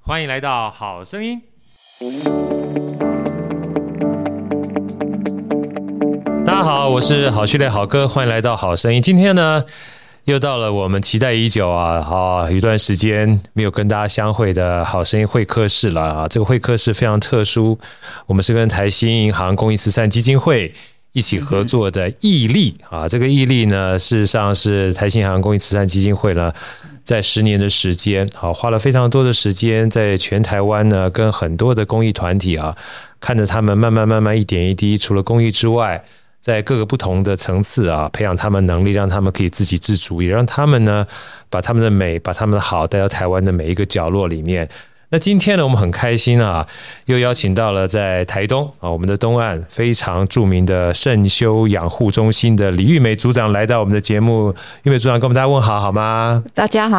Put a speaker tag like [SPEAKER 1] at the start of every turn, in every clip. [SPEAKER 1] 欢迎来到《好声音》。大家好，我是好序列好哥，欢迎来到《好声音》。今天呢，又到了我们期待已久啊，啊，一段时间没有跟大家相会的好声音会客室了啊。这个会客室非常特殊，我们是跟台新银行公益慈善基金会一起合作的毅力啊。这个毅力呢，事实上是台新银行公益慈善基金会呢。在十年的时间，啊，花了非常多的时间，在全台湾呢，跟很多的公益团体啊，看着他们慢慢慢慢一点一滴，除了公益之外，在各个不同的层次啊，培养他们能力，让他们可以自给自足，也让他们呢，把他们的美，把他们的好带到台湾的每一个角落里面。那今天呢，我们很开心啊，又邀请到了在台东啊，我们的东岸非常著名的圣修养护中心的李玉梅组长来到我们的节目。玉梅组长，跟我们大家问好好吗？
[SPEAKER 2] 大家好，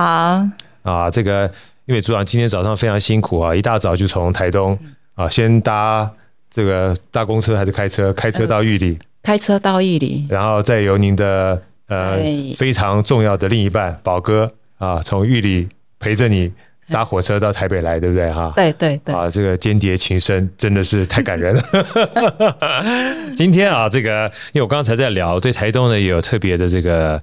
[SPEAKER 1] 啊，这个玉梅组长今天早上非常辛苦啊，一大早就从台东啊，先搭这个大公车还是开车？开车到玉里，
[SPEAKER 2] 开车到义里，
[SPEAKER 1] 然后再由您的呃
[SPEAKER 2] 哎
[SPEAKER 1] 非常重要的另一半宝哥啊，从玉里陪着你搭火车到台北来，对不对哈、
[SPEAKER 2] 对对对，
[SPEAKER 1] 啊，这个间谍情深真的是太感人了。今天啊，这个因为我刚才在聊，对台东呢也有特别的这个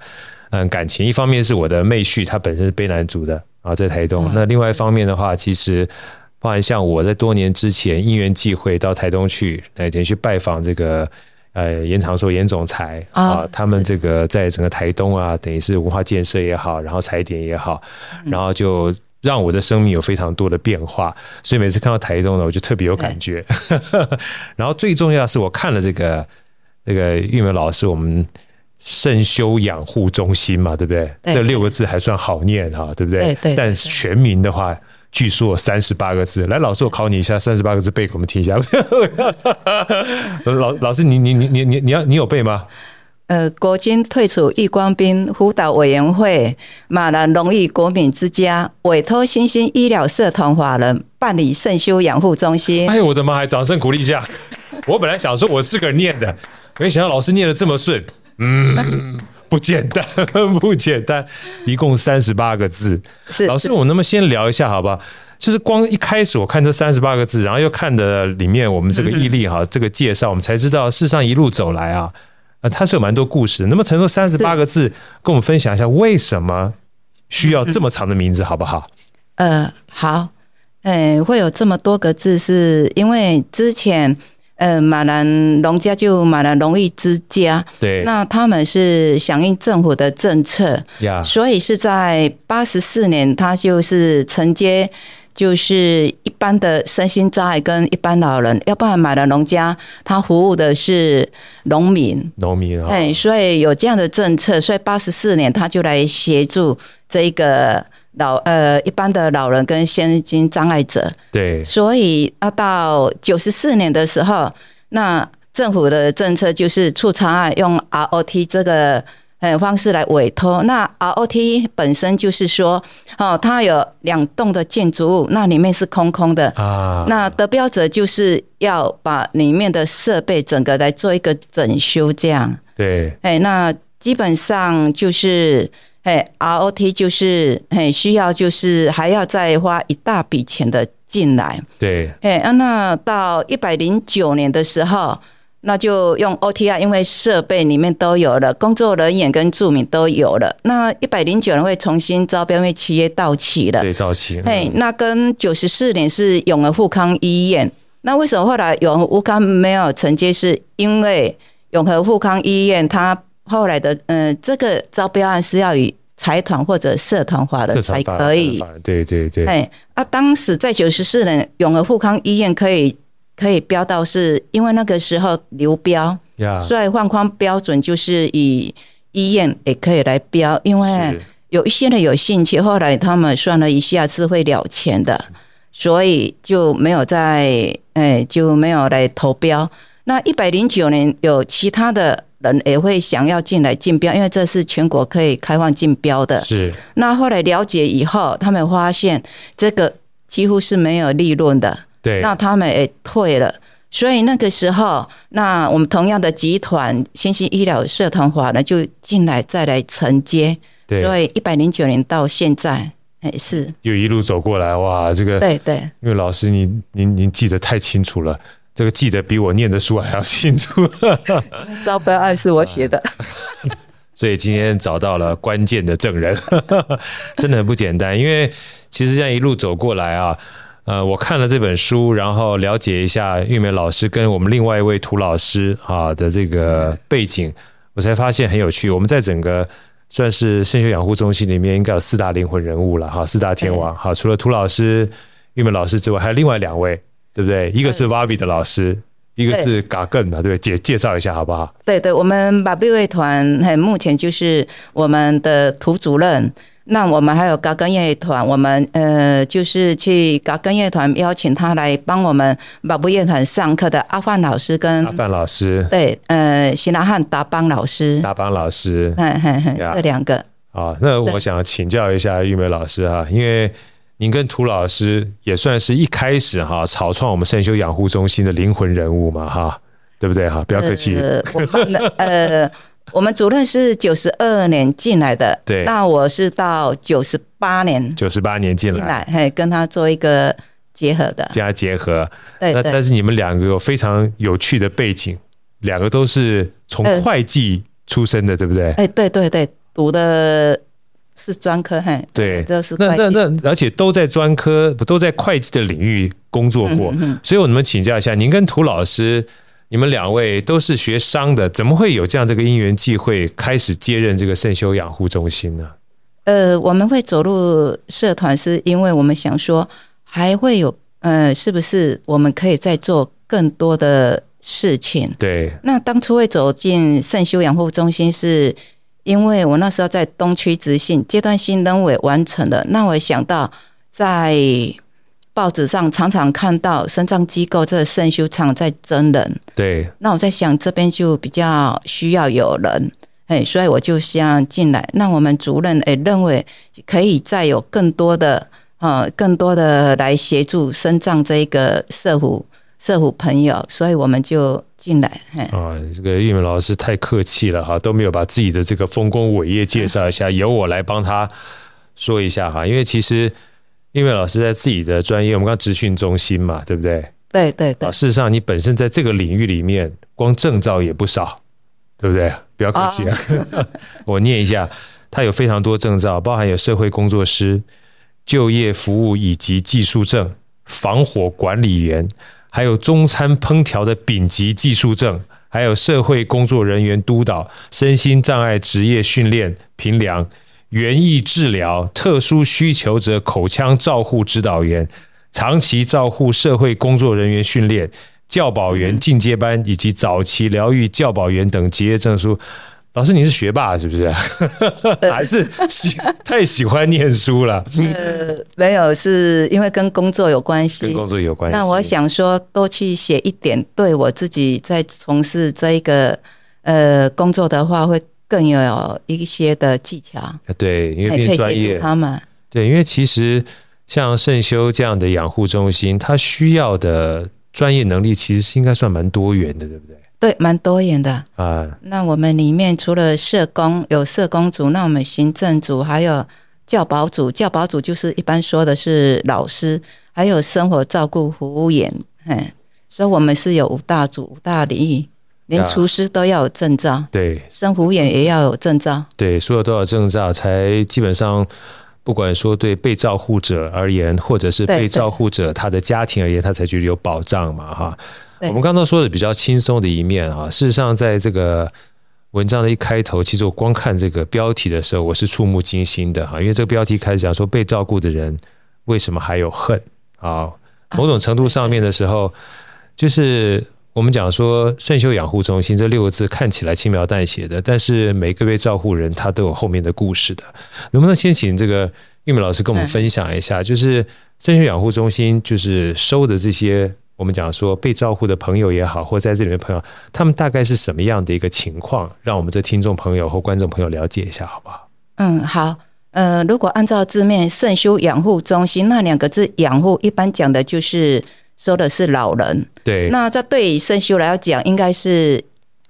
[SPEAKER 1] 嗯感情。一方面是我的妹婿，他本身是卑南族的啊，在台东。那另外一方面的话，其实包含像我在多年之前因缘际会到台东去，那天去拜访这个。呃，严长说严总裁啊
[SPEAKER 2] 啊，
[SPEAKER 1] 他们这个在整个台东啊，等于是文化建设也好，然后踩点也好，然后就让我的生命有非常多的变化。所以每次看到台东呢，我就特别有感觉。 然后最重要的是，我看了这个这个玉梅老师我们肾修养护中心嘛，对不对？
[SPEAKER 2] 对
[SPEAKER 1] 这六个字还算好念哈、对不对？
[SPEAKER 2] 对对对
[SPEAKER 1] 但全名的话。据说三十八个字，来，老师，我考你一下，三十八个字背给我们听一下。 老老师，你你你你你你要你有背吗？
[SPEAKER 2] 呃，国军退出义光兵辅导委员会、马兰荣誉国民之家委托新兴医疗社团法人办理肾修养护中心，
[SPEAKER 1] 哎呦，我的妈呀！掌声鼓励一下。 我本来想说我自个儿念的，没想到老师念的这么顺，嗯，不简单， 不简单。一共三十八个字，
[SPEAKER 2] 是
[SPEAKER 1] 老师，我们能不能先聊一下，好吧？就是光一开始我看这三十八个字，然后又看的里面我们这个毅力
[SPEAKER 2] 嗯
[SPEAKER 1] 哈，这个介绍，我们才知道，事实上一路走来啊，呃，它是有蛮多故事的。那么，陈述三十八个字，跟我们分享一下为什么需要这么长的名字，好不好？
[SPEAKER 2] 呃，好，呃，会有这么多个字，是因为之前呃马兰农家就马兰荣誉之家，
[SPEAKER 1] 对
[SPEAKER 2] 那他们是响应政府的政策，
[SPEAKER 1] 呀，
[SPEAKER 2] 所以是在八十四年，他就是承接，就是一般的身心障碍跟一般老人，要不然买了农家，他服务的是农民，
[SPEAKER 1] 农民啊，
[SPEAKER 2] 哎、所以有这样的政策，所以八十四年他就来协助这一个老呃一般的老人跟身心障碍者，
[SPEAKER 1] 对，
[SPEAKER 2] 所以要到九十四年的时候，那政府的政策就是促长案用 ROT 这个呃方式来委托。那 ROT 本身就是说，哦，它有两栋的建筑物，那里面是空空的。
[SPEAKER 1] 啊，
[SPEAKER 2] 那得标者就是要把里面的设备整个来做一个整修，这样。
[SPEAKER 1] 对。
[SPEAKER 2] 哎，那基本上就是，哎，ROT 就是，哎，需要就是还要再花一大笔钱的进来。
[SPEAKER 1] 对
[SPEAKER 2] 哎，啊那到一百零九年的时候，那就用 OTR，因为设备里面都有了，工作人员跟住民都有了。那一百零九年会重新招标，因为契约到期了。
[SPEAKER 1] 对，到期。嗯
[SPEAKER 2] 嘿，那跟九十四年是永和富康医院，那为什么后来永和富康没有承接？是因为永和富康医院它后来的，嗯、这个招标案是要以财团或者社团化
[SPEAKER 1] 这
[SPEAKER 2] 的才
[SPEAKER 1] 法
[SPEAKER 2] 可以。。
[SPEAKER 1] 对对对，
[SPEAKER 2] 哎，啊，当时在九十四年永和富康医院可以可以标到是，因为那个时候流标，
[SPEAKER 1] 呀，
[SPEAKER 2] 所以放宽标准就是以医院也可以来标，因为
[SPEAKER 1] 是
[SPEAKER 2] 有一些人有兴趣，后来他们算了一下是会了钱的，所以就没有在哎就没有来投标。那一百零九年有其他的人也会想要进来竞标，因为这是全国可以开放竞标的。
[SPEAKER 1] 是
[SPEAKER 2] 那后来了解以后，他们发现这个几乎是没有利润的，
[SPEAKER 1] 对，
[SPEAKER 2] 那他们也退了。所以那个时候，那我们同样的集团新兴医疗社团法呢，就进来再来承接。
[SPEAKER 1] 对
[SPEAKER 2] 所以一百零九年到现在，哎、哎，是
[SPEAKER 1] 又一路走过来，哇，这个
[SPEAKER 2] 对对，
[SPEAKER 1] 因为老师您您您记得太清楚了，这个记得比我念的书还要清楚，
[SPEAKER 2] 招标案是我写的，
[SPEAKER 1] 所以今天找到了关键的证人， 真的很不简单。因为其实这样一路走过来啊，呃，我看了这本书，然后了解一下玉梅老师跟我们另外一位涂老师啊的这个背景，我才发现很有趣。我们在整个算是肾学养护中心里面，应该有四大灵魂人物了哈，四大天王哈。除了涂老师、玉梅老师之外，还有另外两位，对不对？一个嗯是 Vavi 的老师，一个是嘎更嘛，对不对？介介绍一下好不好？
[SPEAKER 2] 对对，我们把贝乐团，嘿，目前就是我们的涂主任。那我们还有嘎根乐团，我们呃就是去嘎根乐团邀请他来帮我们宝贝乐团上课的阿范老师跟
[SPEAKER 1] 阿范老师、
[SPEAKER 2] 对呃邢拉汉达邦老师，
[SPEAKER 1] 大邦老师，
[SPEAKER 2] 嘿嘿嘿，
[SPEAKER 1] Yeah
[SPEAKER 2] 这两个呃
[SPEAKER 1] 啊，那我想请教一下玉梅老师哈、因为您跟涂老师也算是一开始哈、草创我们肾修养护中心的灵魂人物嘛哈、对不对哈、不要客气，
[SPEAKER 2] 呃，我们的呃，我们主任是九十二年进来的，
[SPEAKER 1] 对
[SPEAKER 2] 那我是到九十八年
[SPEAKER 1] 九十八年进
[SPEAKER 2] 进
[SPEAKER 1] 来
[SPEAKER 2] 来，嘿，跟他做一个结合的，
[SPEAKER 1] 加结合，
[SPEAKER 2] 对
[SPEAKER 1] 那
[SPEAKER 2] 对
[SPEAKER 1] 但是你们两个有非常有趣的背景，两个都是从
[SPEAKER 2] 嗯
[SPEAKER 1] 会计出身的，对不对？
[SPEAKER 2] 哎，对对对，读的是专科，嘿，
[SPEAKER 1] 对
[SPEAKER 2] 都是
[SPEAKER 1] 那
[SPEAKER 2] 会
[SPEAKER 1] 那
[SPEAKER 2] 计，
[SPEAKER 1] 那，而且都在专科，不都在会计的领域工作
[SPEAKER 2] 嗯
[SPEAKER 1] 过，所以我们请教一下，您跟涂老师，你们两位都是学商的，怎么会有这样的一个因缘际会，开始接任这个肾修养护中心呢？
[SPEAKER 2] 呃，我们会走入社团，是因为我们想说还会有，呃，是不是我们可以再做更多的事情？
[SPEAKER 1] 对，
[SPEAKER 2] 那当初会走进肾修养护中心，是因为我那时候在东区执行阶段性任务也完成了。那我想到在报纸上常常看到肾脏机构这个肾修厂在征人，
[SPEAKER 1] 对，
[SPEAKER 2] 那我在想这边就比较需要有人。哎，所以我就想进来。那我们主任也认为可以再有更多的呃，更多的来协助肾脏这一个社服社服朋友，所以我们就进来。嘿
[SPEAKER 1] 啊，这个玉美老师太客气了哈，都没有把自己的这个丰功伟业介绍一下，由我来帮他说一下哈，因为其实玉美老师在自己的专业，我们刚职训中心嘛，对不对？
[SPEAKER 2] 对对对
[SPEAKER 1] 啊，，事实上你本身在这个领域里面，光证照也不少，对不对？不要客气啊，我念一下，它有非常多证照，包含有社会工作师、就业服务以及技术证、防火管理员，还有中餐烹调的丙级技术证。还有社会工作人员督导、身心障碍职业训练评量、园艺治疗、特殊需求者口腔照护指导员、长期照护社会工作人员训练、教保员进阶班以及早期疗愈教保员等职业证书。老师，你是学霸是不 是？还是喜太喜欢念书了，
[SPEAKER 2] 呃，没有，是因为跟工作有关
[SPEAKER 1] 跟
[SPEAKER 2] 系。
[SPEAKER 1] 工作有关系？
[SPEAKER 2] 那我想说，多去写一点，对我自己在从事这一个呃工作的话，会更有一些的技巧，
[SPEAKER 1] 呃对，因为
[SPEAKER 2] 哎也
[SPEAKER 1] 变
[SPEAKER 2] 可以
[SPEAKER 1] 专
[SPEAKER 2] 协
[SPEAKER 1] 业
[SPEAKER 2] 助，他们。
[SPEAKER 1] 对，因为其实像圣修这样的养护中心，它需要的专业能力其实是应该算蛮多元的，对不对？
[SPEAKER 2] 对，蛮多元的。
[SPEAKER 1] 啊，
[SPEAKER 2] 那我们里面除了社工有社工组，那我们行政组还有教保组，教保组就是一般说的是老师，还有生活照顾服务员，嘿，所以我们是有五大组五大领域，连
[SPEAKER 1] 啊
[SPEAKER 2] 厨师都要有证照，
[SPEAKER 1] 对
[SPEAKER 2] 生服务员也要有证照，
[SPEAKER 1] 对，所有都有证照，才基本上不管说对被照护者而言，或者是
[SPEAKER 2] 对
[SPEAKER 1] 被
[SPEAKER 2] 对
[SPEAKER 1] 照护者他的家庭而言，他才觉得有保障嘛，哈。
[SPEAKER 2] 对
[SPEAKER 1] 我们刚刚说的比较轻松的一面啊，事实上在这个。文章的一开头，其实我光看这个标题的时候，我是触目惊心的哈，因为这个标题开始讲说被照顾的人为什么还有恨啊？某种程度上面的时候，就是我们讲说“肾修养护中心”这六个字看起来轻描淡写的，但是每个被照护人他都有后面的故事的。能不能先请这个玉美老师跟
[SPEAKER 2] 嗯
[SPEAKER 1] 我们分享一下，就是肾修养护中心就是收的这些我们讲说被照护的朋友也好，或在这里面的朋友，他们大概是什么样的一个情况，让我们这听众朋友或观众朋友了解一下，好不好？
[SPEAKER 2] 嗯，好。呃，如果按照字面“肾修养护中心”那两个字“养护”，一般讲的就是说的是老人。
[SPEAKER 1] 对，
[SPEAKER 2] 那这对于肾修来讲，应该是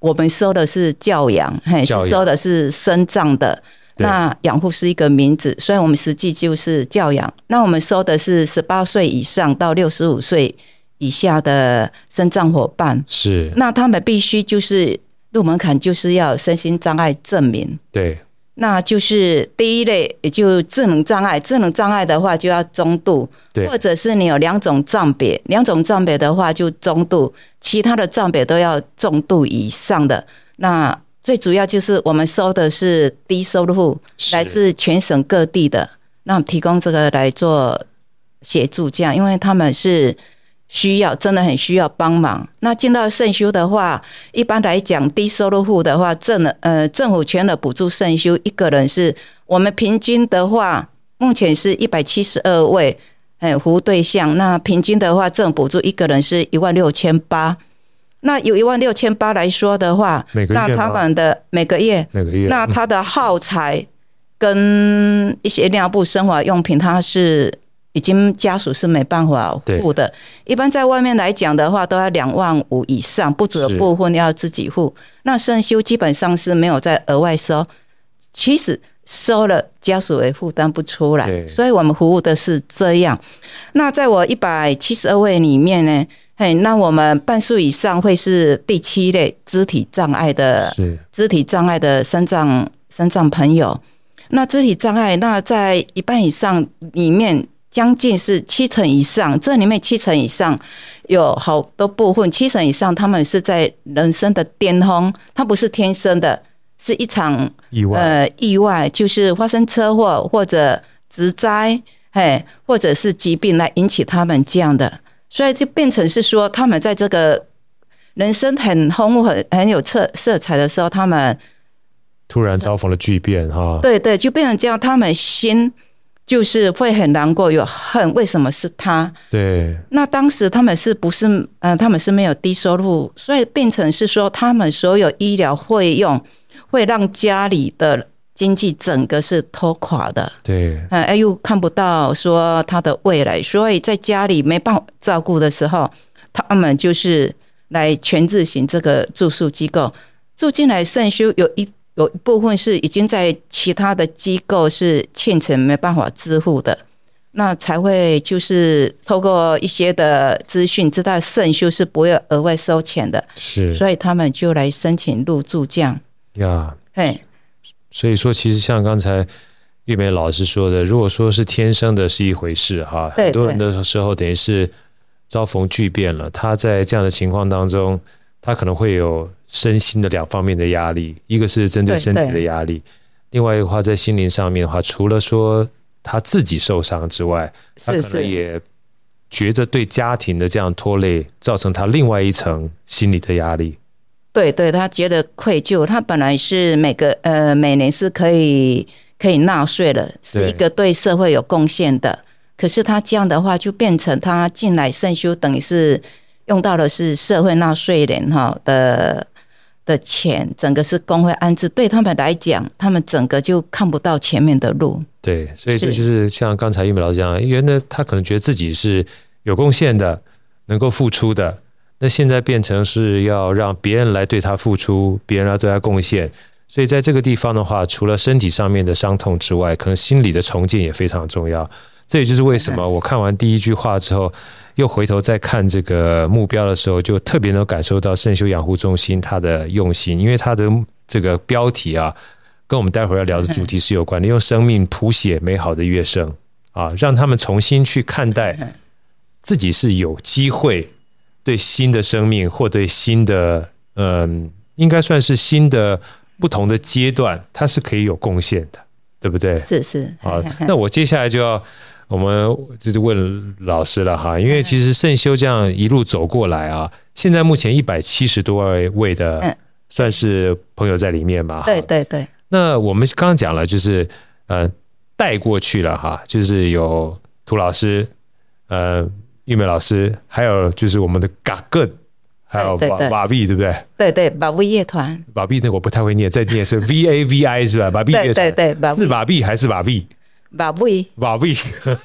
[SPEAKER 2] 我们说的是教养，嘿，
[SPEAKER 1] 教养
[SPEAKER 2] 是说的是身障的。
[SPEAKER 1] 对
[SPEAKER 2] 那养护是一个名字，所以我们实际就是教养。那我们收的是十八岁以上到六十五岁以下的身障伙伴，
[SPEAKER 1] 是，
[SPEAKER 2] 那他们必须就是入门槛就是要有身心障碍证明。
[SPEAKER 1] 对，
[SPEAKER 2] 那就是第一类，也就智能障碍。智能障碍的话，就要中度，
[SPEAKER 1] 对
[SPEAKER 2] 或者是你有两种障别，两种障别的话就中度，其他的障别都要重度以上的。那最主要就是我们收的是低收入户，
[SPEAKER 1] 是
[SPEAKER 2] 来自全省各地的，那提供这个来做协助，这样，因为他们是需要，真的很需要帮忙。那进到圣修的话，一般来讲，低收入户的话，政呃政府全额补助圣修，一个人是我们平均的话，目前是一百七十二位。哎，服务对象那平均的话，政府补助一个人是一万六千八。那有一万六千八来说的话，
[SPEAKER 1] 每个月
[SPEAKER 2] 那他
[SPEAKER 1] 吗
[SPEAKER 2] 们的每个月
[SPEAKER 1] 那个月，
[SPEAKER 2] 那它的耗材跟一些尿布、生活用品，它是已经家属是没办法付的。一般在外面来讲的话，都要两万五以上，不足的
[SPEAKER 1] 是
[SPEAKER 2] 部分要自己付。那圣修基本上是没有再额外收，其实收了家属也负担不出
[SPEAKER 1] 对
[SPEAKER 2] 来，所以我们服务的是这样。那在我一百七十二位里面呢，嘿，那我们半数以上会是第七类肢体障碍的
[SPEAKER 1] 是
[SPEAKER 2] 肢体障碍的身障身障朋友。那肢体障碍，那在一半以上里面，将近是七成以上，这里面七成以上有好多部分，七成以上他们是在人生的巅峰，他不是天生的，是一场
[SPEAKER 1] 意外，
[SPEAKER 2] 呃意外，就是发生车祸或者植灾，哎，或者是疾病来引起他们这样的，所以就变成是说他们在这个人生很丰富、很很有色色彩的时候，他们
[SPEAKER 1] 突然遭逢了巨变哈，
[SPEAKER 2] 对对，就变成这样，他们心就是会很难过，有恨，为什么是他？
[SPEAKER 1] 对，
[SPEAKER 2] 那当时他们是不是呃，他们是没有低收入，所以变成是说他们所有医疗费用会让家里的经济整个是拖垮的，
[SPEAKER 1] 对，
[SPEAKER 2] 呃，哎又看不到说他的未来，所以在家里没办法照顾的时候，他们就是来全日行这个住宿机构住进来圣修有一。有一部分是已经在其他的机构是欠钱没办法支付的，那才会就是透过一些的资讯知道圣修是不会额外收钱的，
[SPEAKER 1] 是
[SPEAKER 2] 所以他们就来申请入住这样。
[SPEAKER 1] 呀。
[SPEAKER 2] 嘿，
[SPEAKER 1] 所以说，其实像刚才玉梅老师说的，如果说是天生的是一回事哈，
[SPEAKER 2] 对
[SPEAKER 1] 很多人的时候等于是遭逢巨变了，他在这样的情况当中，他可能会有身心的两方面的压力，一个是针对
[SPEAKER 2] 对
[SPEAKER 1] 身体的
[SPEAKER 2] 对
[SPEAKER 1] 压力，另外一个话在心灵上面的话，除了说他自己受伤之外，他
[SPEAKER 2] 是
[SPEAKER 1] 可能
[SPEAKER 2] 是，
[SPEAKER 1] 也觉得对家庭的这样拖累，造成他另外一层心理的压力。
[SPEAKER 2] 对对，他觉得愧疚，他本来是每个呃每年是可以可以纳税的，是
[SPEAKER 1] 对
[SPEAKER 2] 一个对社会有贡献的，可是他这样的话就变成他进来圣修等于是用到的是社会纳税人哈的。的钱整个是工会安置，对他们来讲，他们整个就看不到前面的路。
[SPEAKER 1] 对，所以这
[SPEAKER 2] 是
[SPEAKER 1] 就是像刚才玉美老师讲，原来他可能觉得自己是有贡献的，能够付出的，那现在变成是要让别人来对他付出，别人来对他贡献。所以在这个地方的话，除了身体上面的伤痛之外，可能心理的重建也非常重要。这也就是为什么我看完第一句话之后，又回头再看这个目标的时候，就特别能感受到圣修养护中心它的用心，因为它的这个标题啊，跟我们待会儿要聊的主题是有关的，用生命谱写美好的乐声啊，让他们重新去看待
[SPEAKER 2] 嗯
[SPEAKER 1] 自己是有机会对新的生命或对新的嗯，应该算是新的不同的阶段，它是可以有贡献的，对不对？
[SPEAKER 2] 是是，
[SPEAKER 1] 好，那我接下来就要我们就是问老师了哈，因为其实圣修这样一路走过来啊，现在目前一百七十多位的
[SPEAKER 2] 嗯
[SPEAKER 1] 算是朋友在里面嘛，哈
[SPEAKER 2] 对对对，
[SPEAKER 1] 那我们刚刚讲了，就是呃带过去了哈，就是有涂老师、呃玉美老师，还有就是我们的嘎更，还有
[SPEAKER 2] 哎对
[SPEAKER 1] 瓦
[SPEAKER 2] 对对
[SPEAKER 1] 瓦币，对不对？
[SPEAKER 2] 对对，保卫乐团，
[SPEAKER 1] 瓦币那个我不太会念，再念是 V A V I 是吧？瓦币
[SPEAKER 2] 对
[SPEAKER 1] 乐
[SPEAKER 2] 对
[SPEAKER 1] 团
[SPEAKER 2] 对，保
[SPEAKER 1] 是瓦币还是瓦币？
[SPEAKER 2] 保卫，
[SPEAKER 1] 瓦币，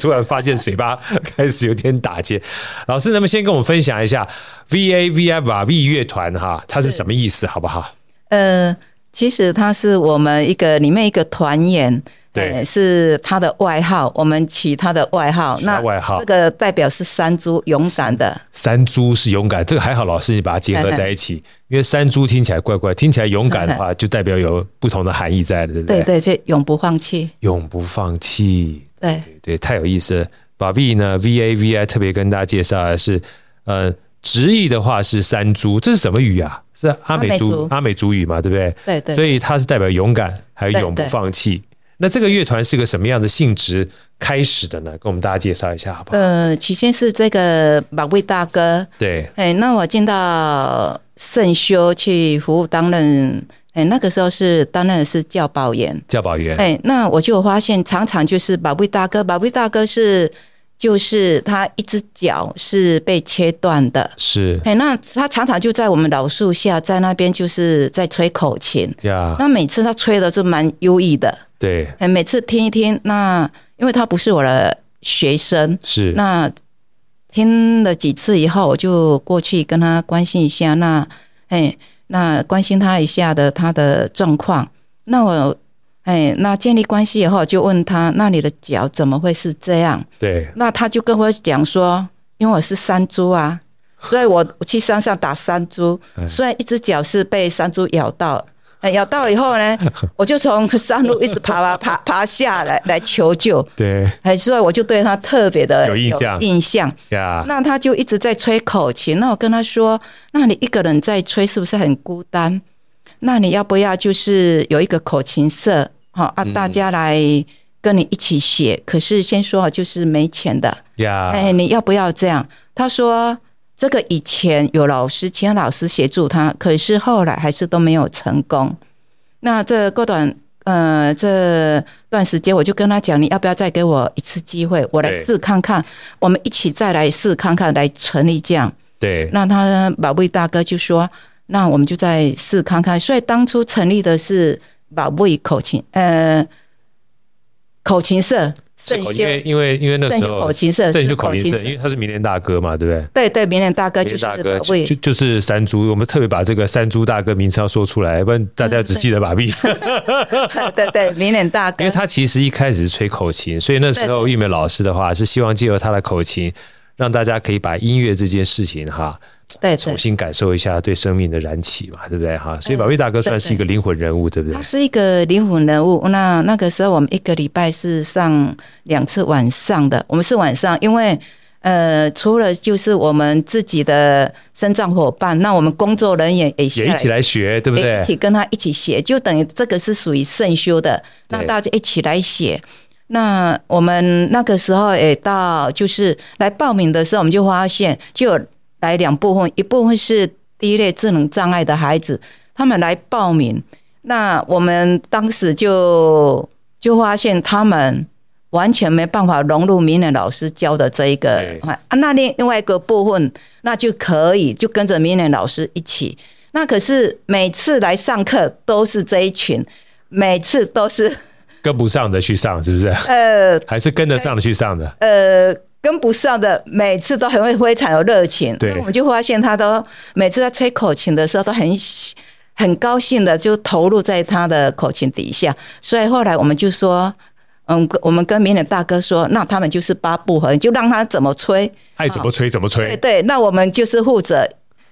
[SPEAKER 1] 突然发现嘴巴开始有点打结。老师，那么先跟我们分享一下 V A V I 瓦币乐团哈，它是什么意思，好不好？
[SPEAKER 2] 呃，其实他是我们一个里面一个团员，
[SPEAKER 1] 对
[SPEAKER 2] 哎是他的外号，我们取他的外号。
[SPEAKER 1] 取他外号
[SPEAKER 2] 那这个代表是山猪，勇敢的。
[SPEAKER 1] 山猪是勇敢，这个还好，老师你把它结合在一
[SPEAKER 2] 嗯
[SPEAKER 1] 起，因为山猪听起来怪怪，听起来勇敢的话，就代表有不同的含义在了，对不
[SPEAKER 2] 对对，就永不放弃。
[SPEAKER 1] 永不放弃，
[SPEAKER 2] 对，
[SPEAKER 1] 对对，太有意思了。把 V 呢，V A V I 特别跟大家介绍的是，呃，直译的话是山猪，这是什么语啊？是阿美
[SPEAKER 2] 阿美
[SPEAKER 1] 族
[SPEAKER 2] 族
[SPEAKER 1] 阿美族语嘛，对不对？
[SPEAKER 2] 对对
[SPEAKER 1] 所以它是代表勇敢，还有
[SPEAKER 2] 对
[SPEAKER 1] 永不
[SPEAKER 2] 对
[SPEAKER 1] 放弃。那这个乐团是个什么样的性质开始的呢？跟我们大家介绍一下好不好？
[SPEAKER 2] 呃，起先是这个马卫大哥，
[SPEAKER 1] 对，
[SPEAKER 2] 哎，那我进到圣修去服务，担任，哎，那个时候是担任的是教保员，
[SPEAKER 1] 教保员，
[SPEAKER 2] 哎，那我就发现常常就是马卫大哥，马卫大哥是就是他一只脚是被切断的，
[SPEAKER 1] 是
[SPEAKER 2] 哎，那他常常就在我们老树下，在那边就是在吹口琴，
[SPEAKER 1] 呀，
[SPEAKER 2] 那每次他吹的是蛮优异的，
[SPEAKER 1] 对，
[SPEAKER 2] 哎，每次听一听，那因为他不是我的学生，
[SPEAKER 1] 是
[SPEAKER 2] 那听了几次以后，我就过去跟他关心一下，那哎，那关心他一下的他的状况。那我哎，那建立关系以后，就问他，那你的脚怎么会是这样？
[SPEAKER 1] 对，
[SPEAKER 2] 那他就跟我讲说，因为我是山猪啊，所以我我去山上打山猪，
[SPEAKER 1] 哎
[SPEAKER 2] 虽然一只脚是被山猪咬到。哎咬到以后呢， 我就从山路一直爬爬爬爬下来来求救。
[SPEAKER 1] 对
[SPEAKER 2] 哎，所以我就对他特别的
[SPEAKER 1] 有印象啊
[SPEAKER 2] 印象，
[SPEAKER 1] 呀，
[SPEAKER 2] 那他就一直在吹口琴。那我跟他说：“那你一个人在吹是不是很孤单？那你要不要就是有一个口琴社？好啊，
[SPEAKER 1] 嗯
[SPEAKER 2] 大家来跟你一起写。可是先说好，就是没钱的。
[SPEAKER 1] 呀，
[SPEAKER 2] 哎，你要不要这样？”他说：“这个以前有老师，其他老师协助他，可是后来还是都没有成功。那这过短呃这段时间，我就跟他讲，你要不要再给我一次机会，我来
[SPEAKER 1] 对
[SPEAKER 2] 试看看，我们一起再来试看看，来成立这样。
[SPEAKER 1] 对
[SPEAKER 2] 那他宝贝大哥就说，那我们就再试看看。所以当初成立的是宝贝口琴呃口琴社，
[SPEAKER 1] 是
[SPEAKER 2] 圣
[SPEAKER 1] 口
[SPEAKER 2] 修
[SPEAKER 1] 因为因为因为那
[SPEAKER 2] 圣
[SPEAKER 1] 时
[SPEAKER 2] 修
[SPEAKER 1] 候
[SPEAKER 2] 口琴社，
[SPEAKER 1] 这就是口音
[SPEAKER 2] 琴
[SPEAKER 1] 社，因为他是明年大哥嘛，对不对？
[SPEAKER 2] 对对，明年大哥
[SPEAKER 1] 明
[SPEAKER 2] 就
[SPEAKER 1] 年
[SPEAKER 2] 是
[SPEAKER 1] 大哥
[SPEAKER 2] 宝
[SPEAKER 1] 就
[SPEAKER 2] 贝
[SPEAKER 1] 就就是山猪，我们特别把这个山猪大哥名称要说出来，不然大
[SPEAKER 2] 嗯
[SPEAKER 1] 家只记得把 臂，
[SPEAKER 2] 对对，明年大哥，
[SPEAKER 1] 因为他其实一开始是吹口琴，所以那时候玉梅老师的话是希望借由他的口琴，让大家可以把音乐这件事情哈
[SPEAKER 2] 对对
[SPEAKER 1] 重，新感受一下对生命的燃起嘛，对不对哈？所以宝贝大哥算是一个灵魂人物，对不对
[SPEAKER 2] 嗯他？是一个灵魂人物。那那个时候我们一个礼拜是上两次晚上的，我们是晚上，因为呃，除了就是我们自己的生长伙伴，那我们工作人员也下
[SPEAKER 1] 也一起来学，对不
[SPEAKER 2] 也
[SPEAKER 1] 对
[SPEAKER 2] 哎一？起跟他一起写，就等于这个是属于圣修的，那
[SPEAKER 1] 对
[SPEAKER 2] 大家一起来写。那我们那个时候也到，就是来报名的时候，我们就发现就有来两部分，一部分是第一类智能障碍的孩子，他们来报名。那我们当时就就发现他们完全没办法融入明仁老师教的这一个
[SPEAKER 1] 对
[SPEAKER 2] 啊，那另另外一个部分，那就可以就跟着明仁老师一起。那可是每次来上课都是这一群，每次都是
[SPEAKER 1] 跟不上的去上，是不是？
[SPEAKER 2] 呃
[SPEAKER 1] 还是跟得上的去上的？
[SPEAKER 2] 呃跟不上的，每次都很会非常有热情。
[SPEAKER 1] 对
[SPEAKER 2] 那我们就发现他都每次在吹口琴的时候都很喜很高兴的就投入在他的口琴底下，所以后来我们就说。嗯，我们跟明远大哥说，那他们就是八部合，就让他怎么吹，
[SPEAKER 1] 爱怎么吹怎么
[SPEAKER 2] 对
[SPEAKER 1] 吹
[SPEAKER 2] 对，那我们就是负责，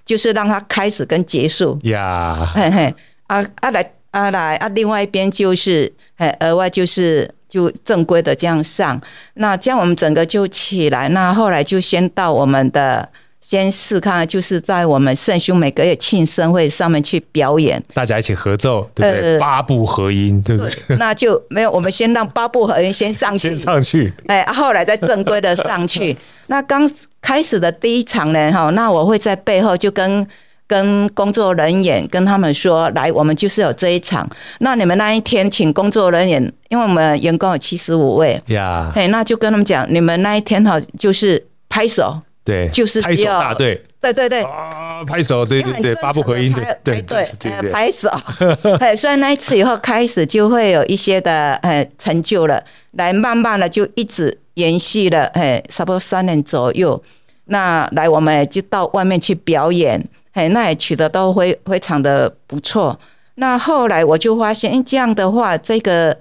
[SPEAKER 2] 就是让他开始跟结束，
[SPEAKER 1] 呀！
[SPEAKER 2] 嘿嘿，啊啊来啊来啊，另外一边就是哎额外就是就正规的这样上，那这样我们整个就起来，那后来就先到我们的。先试看，就是在我们圣兄每个月庆生会上面去表演，
[SPEAKER 1] 大家一起合奏，对不对？
[SPEAKER 2] 呃
[SPEAKER 1] 八部合音，对不对？
[SPEAKER 2] 那就没有我们先让八部合音先上去
[SPEAKER 1] 先， 上去，
[SPEAKER 2] 哎，啊后来再正规的 上去。那刚开始的第一场呢，哈，那我会在背后就跟跟工作人员跟他们说，来，我们就是有这一场。那你们那一天请工作人员，因为我们员工有七十五
[SPEAKER 1] 啊
[SPEAKER 2] 位，
[SPEAKER 1] 呀，
[SPEAKER 2] 哎，那就跟他们讲，你们那一天哈就是拍手，
[SPEAKER 1] 对，
[SPEAKER 2] 就是
[SPEAKER 1] 拍手
[SPEAKER 2] 要
[SPEAKER 1] 大队
[SPEAKER 2] 对对对。
[SPEAKER 1] 啊，拍手，对对对，八部合音，对对
[SPEAKER 2] 对对
[SPEAKER 1] 对
[SPEAKER 2] 呃
[SPEAKER 1] 对对，
[SPEAKER 2] 拍手。哎，所以那一次以后开始就会有一些的呃成就了，来慢慢的就一直延续了，哎，差不多三年左右。那来呃我们就到外面去表演，哎，那也取得都非非常的不错。那后来我就发现，哎，这样的话，这个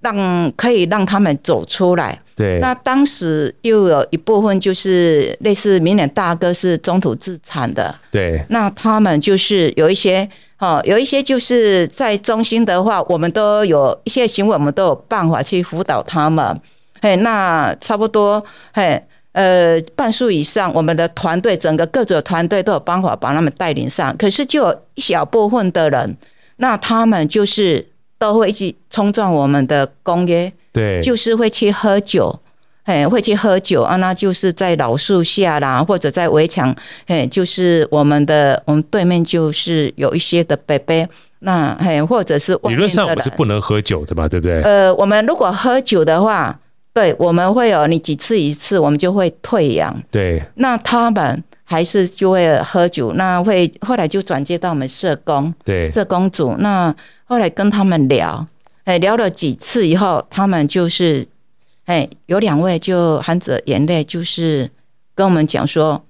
[SPEAKER 2] 让可以让他们走出来。
[SPEAKER 1] 对，
[SPEAKER 2] 那当时又有一部分就是类似明远大哥是中途自产的，
[SPEAKER 1] 对，
[SPEAKER 2] 那他们就是有一些哦，有一些就是在中心的话，我们都有一些行为，我们都有办法去辅导他们。嘿，那差不多，嘿，呃，半数以上，我们的团队整个各组的团队都有办法把他们带领上。可是就有一小部分的人，那他们就是都会一起冲撞我们的公约。
[SPEAKER 1] 对，
[SPEAKER 2] 就是会去喝酒，哎，会去喝酒啊，那就是在老树下啦，或者在围墙，哎，就是我们的我们对面就是有一些的北北，那哎，或者是外
[SPEAKER 1] 理
[SPEAKER 2] 面
[SPEAKER 1] 论上
[SPEAKER 2] 的
[SPEAKER 1] 我们是
[SPEAKER 2] 人，
[SPEAKER 1] 不能喝酒的嘛，对不对？
[SPEAKER 2] 呃，我们如果喝酒的话，对，我们会有你几次一次，我们就会退养。
[SPEAKER 1] 对，
[SPEAKER 2] 那他们还是就会喝酒，那会后来就转接到我们社工，
[SPEAKER 1] 对，
[SPEAKER 2] 这公主，那后来跟他们聊，哎，聊了几次以后，他们就是，哎，有两位就含着眼泪，就是跟我们讲说，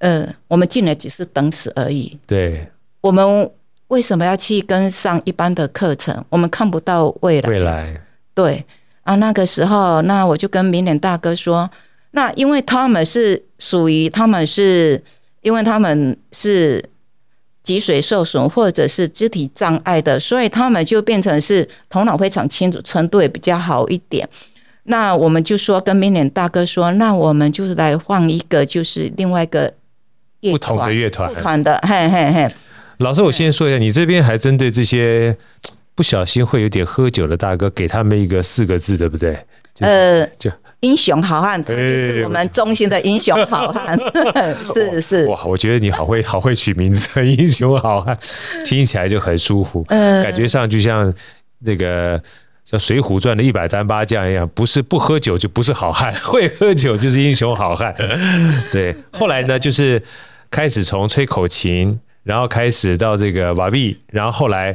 [SPEAKER 2] 呃，我们进来只是等死而已，
[SPEAKER 1] 对，
[SPEAKER 2] 我们为什么要去跟上一般的课程？我们看不到未来。
[SPEAKER 1] 未来，
[SPEAKER 2] 对啊，那个时候，那我就跟明脸大哥说，那因为他们是属于他们是，因为他们是脊髓受损或者是肢体障碍的，所以他们就变成是头脑非常清楚，程度也比较好一点。那我们就说跟明脸大哥说，那我们就是来换一个，就是另外一个乐
[SPEAKER 1] 不同的乐团
[SPEAKER 2] 不。团的，嘿嘿嘿，
[SPEAKER 1] 老师，我先说一下，你这边还针对这些不小心会有点喝酒的大哥，给他们一个四个字，对不对？就是
[SPEAKER 2] 呃，
[SPEAKER 1] 就
[SPEAKER 2] 英雄好汉，他就是
[SPEAKER 1] 哎
[SPEAKER 2] 我们中心的英雄 好汉，是是。
[SPEAKER 1] 哇，我觉得你好会 好会取名字，英雄好汉，听起来就很舒服，
[SPEAKER 2] 呃
[SPEAKER 1] 感觉上就像那个。像《水浒传》的一百单八将一样，不是不喝酒就不是好汉，会喝酒就是英雄好汉。对，后来呢，就是开始从吹口琴，然后开始到这个瓦币，然后后来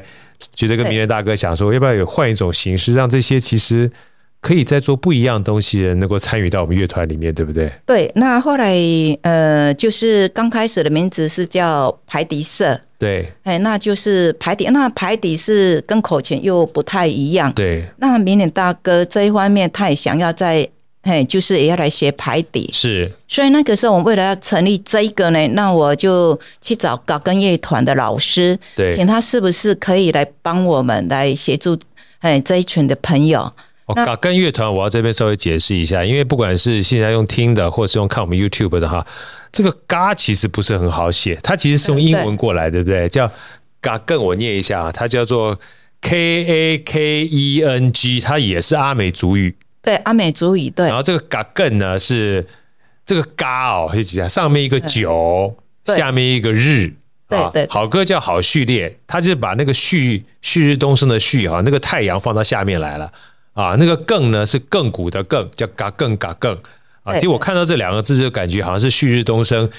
[SPEAKER 1] 觉得跟名人大哥想说，要不要有换一种形式，让这些其实可以在做不一样东西的人能够参与到我们乐团里面，对不对？
[SPEAKER 2] 对，那后来呃，就是刚开始的名字是叫排笛社，
[SPEAKER 1] 对
[SPEAKER 2] 哎，那就是排笛。那排笛是跟口琴又不太一样。
[SPEAKER 1] 对，
[SPEAKER 2] 那明年大哥这一方面，他也想要在，哎，就是也要来学排笛。
[SPEAKER 1] 是
[SPEAKER 2] 所以那个时候，我为了要成立这一个呢，那我就去找搞根乐团的老师，
[SPEAKER 1] 对
[SPEAKER 2] 请他是不是可以来帮我们来协助，哎，这一群的朋友。
[SPEAKER 1] 哦，嘎跟乐团，我要这边稍微解释一下，因为不管是现在用听的，或是用看我们 YouTube 的哈，这个嘎其实不是很好写，它其实是用英文过来，对不对？叫嘎更，我念一下啊，它叫做 K A K E N G，它也是阿美族语。
[SPEAKER 2] 对，阿美族语对
[SPEAKER 1] 然，后这个嘎更呢是这个嘎哦，是几啊？上面一个九，
[SPEAKER 2] 对
[SPEAKER 1] 下面一个日。
[SPEAKER 2] 对
[SPEAKER 1] 啊
[SPEAKER 2] 对对
[SPEAKER 1] 好歌叫好序列，它就是把那个旭旭日东升的旭哈、那个太阳放到下面来了啊。那个更呢是亘古的亘，叫嘎更嘎更啊。
[SPEAKER 2] 对
[SPEAKER 1] 其实我看到这两个字就感觉好像是旭日东升，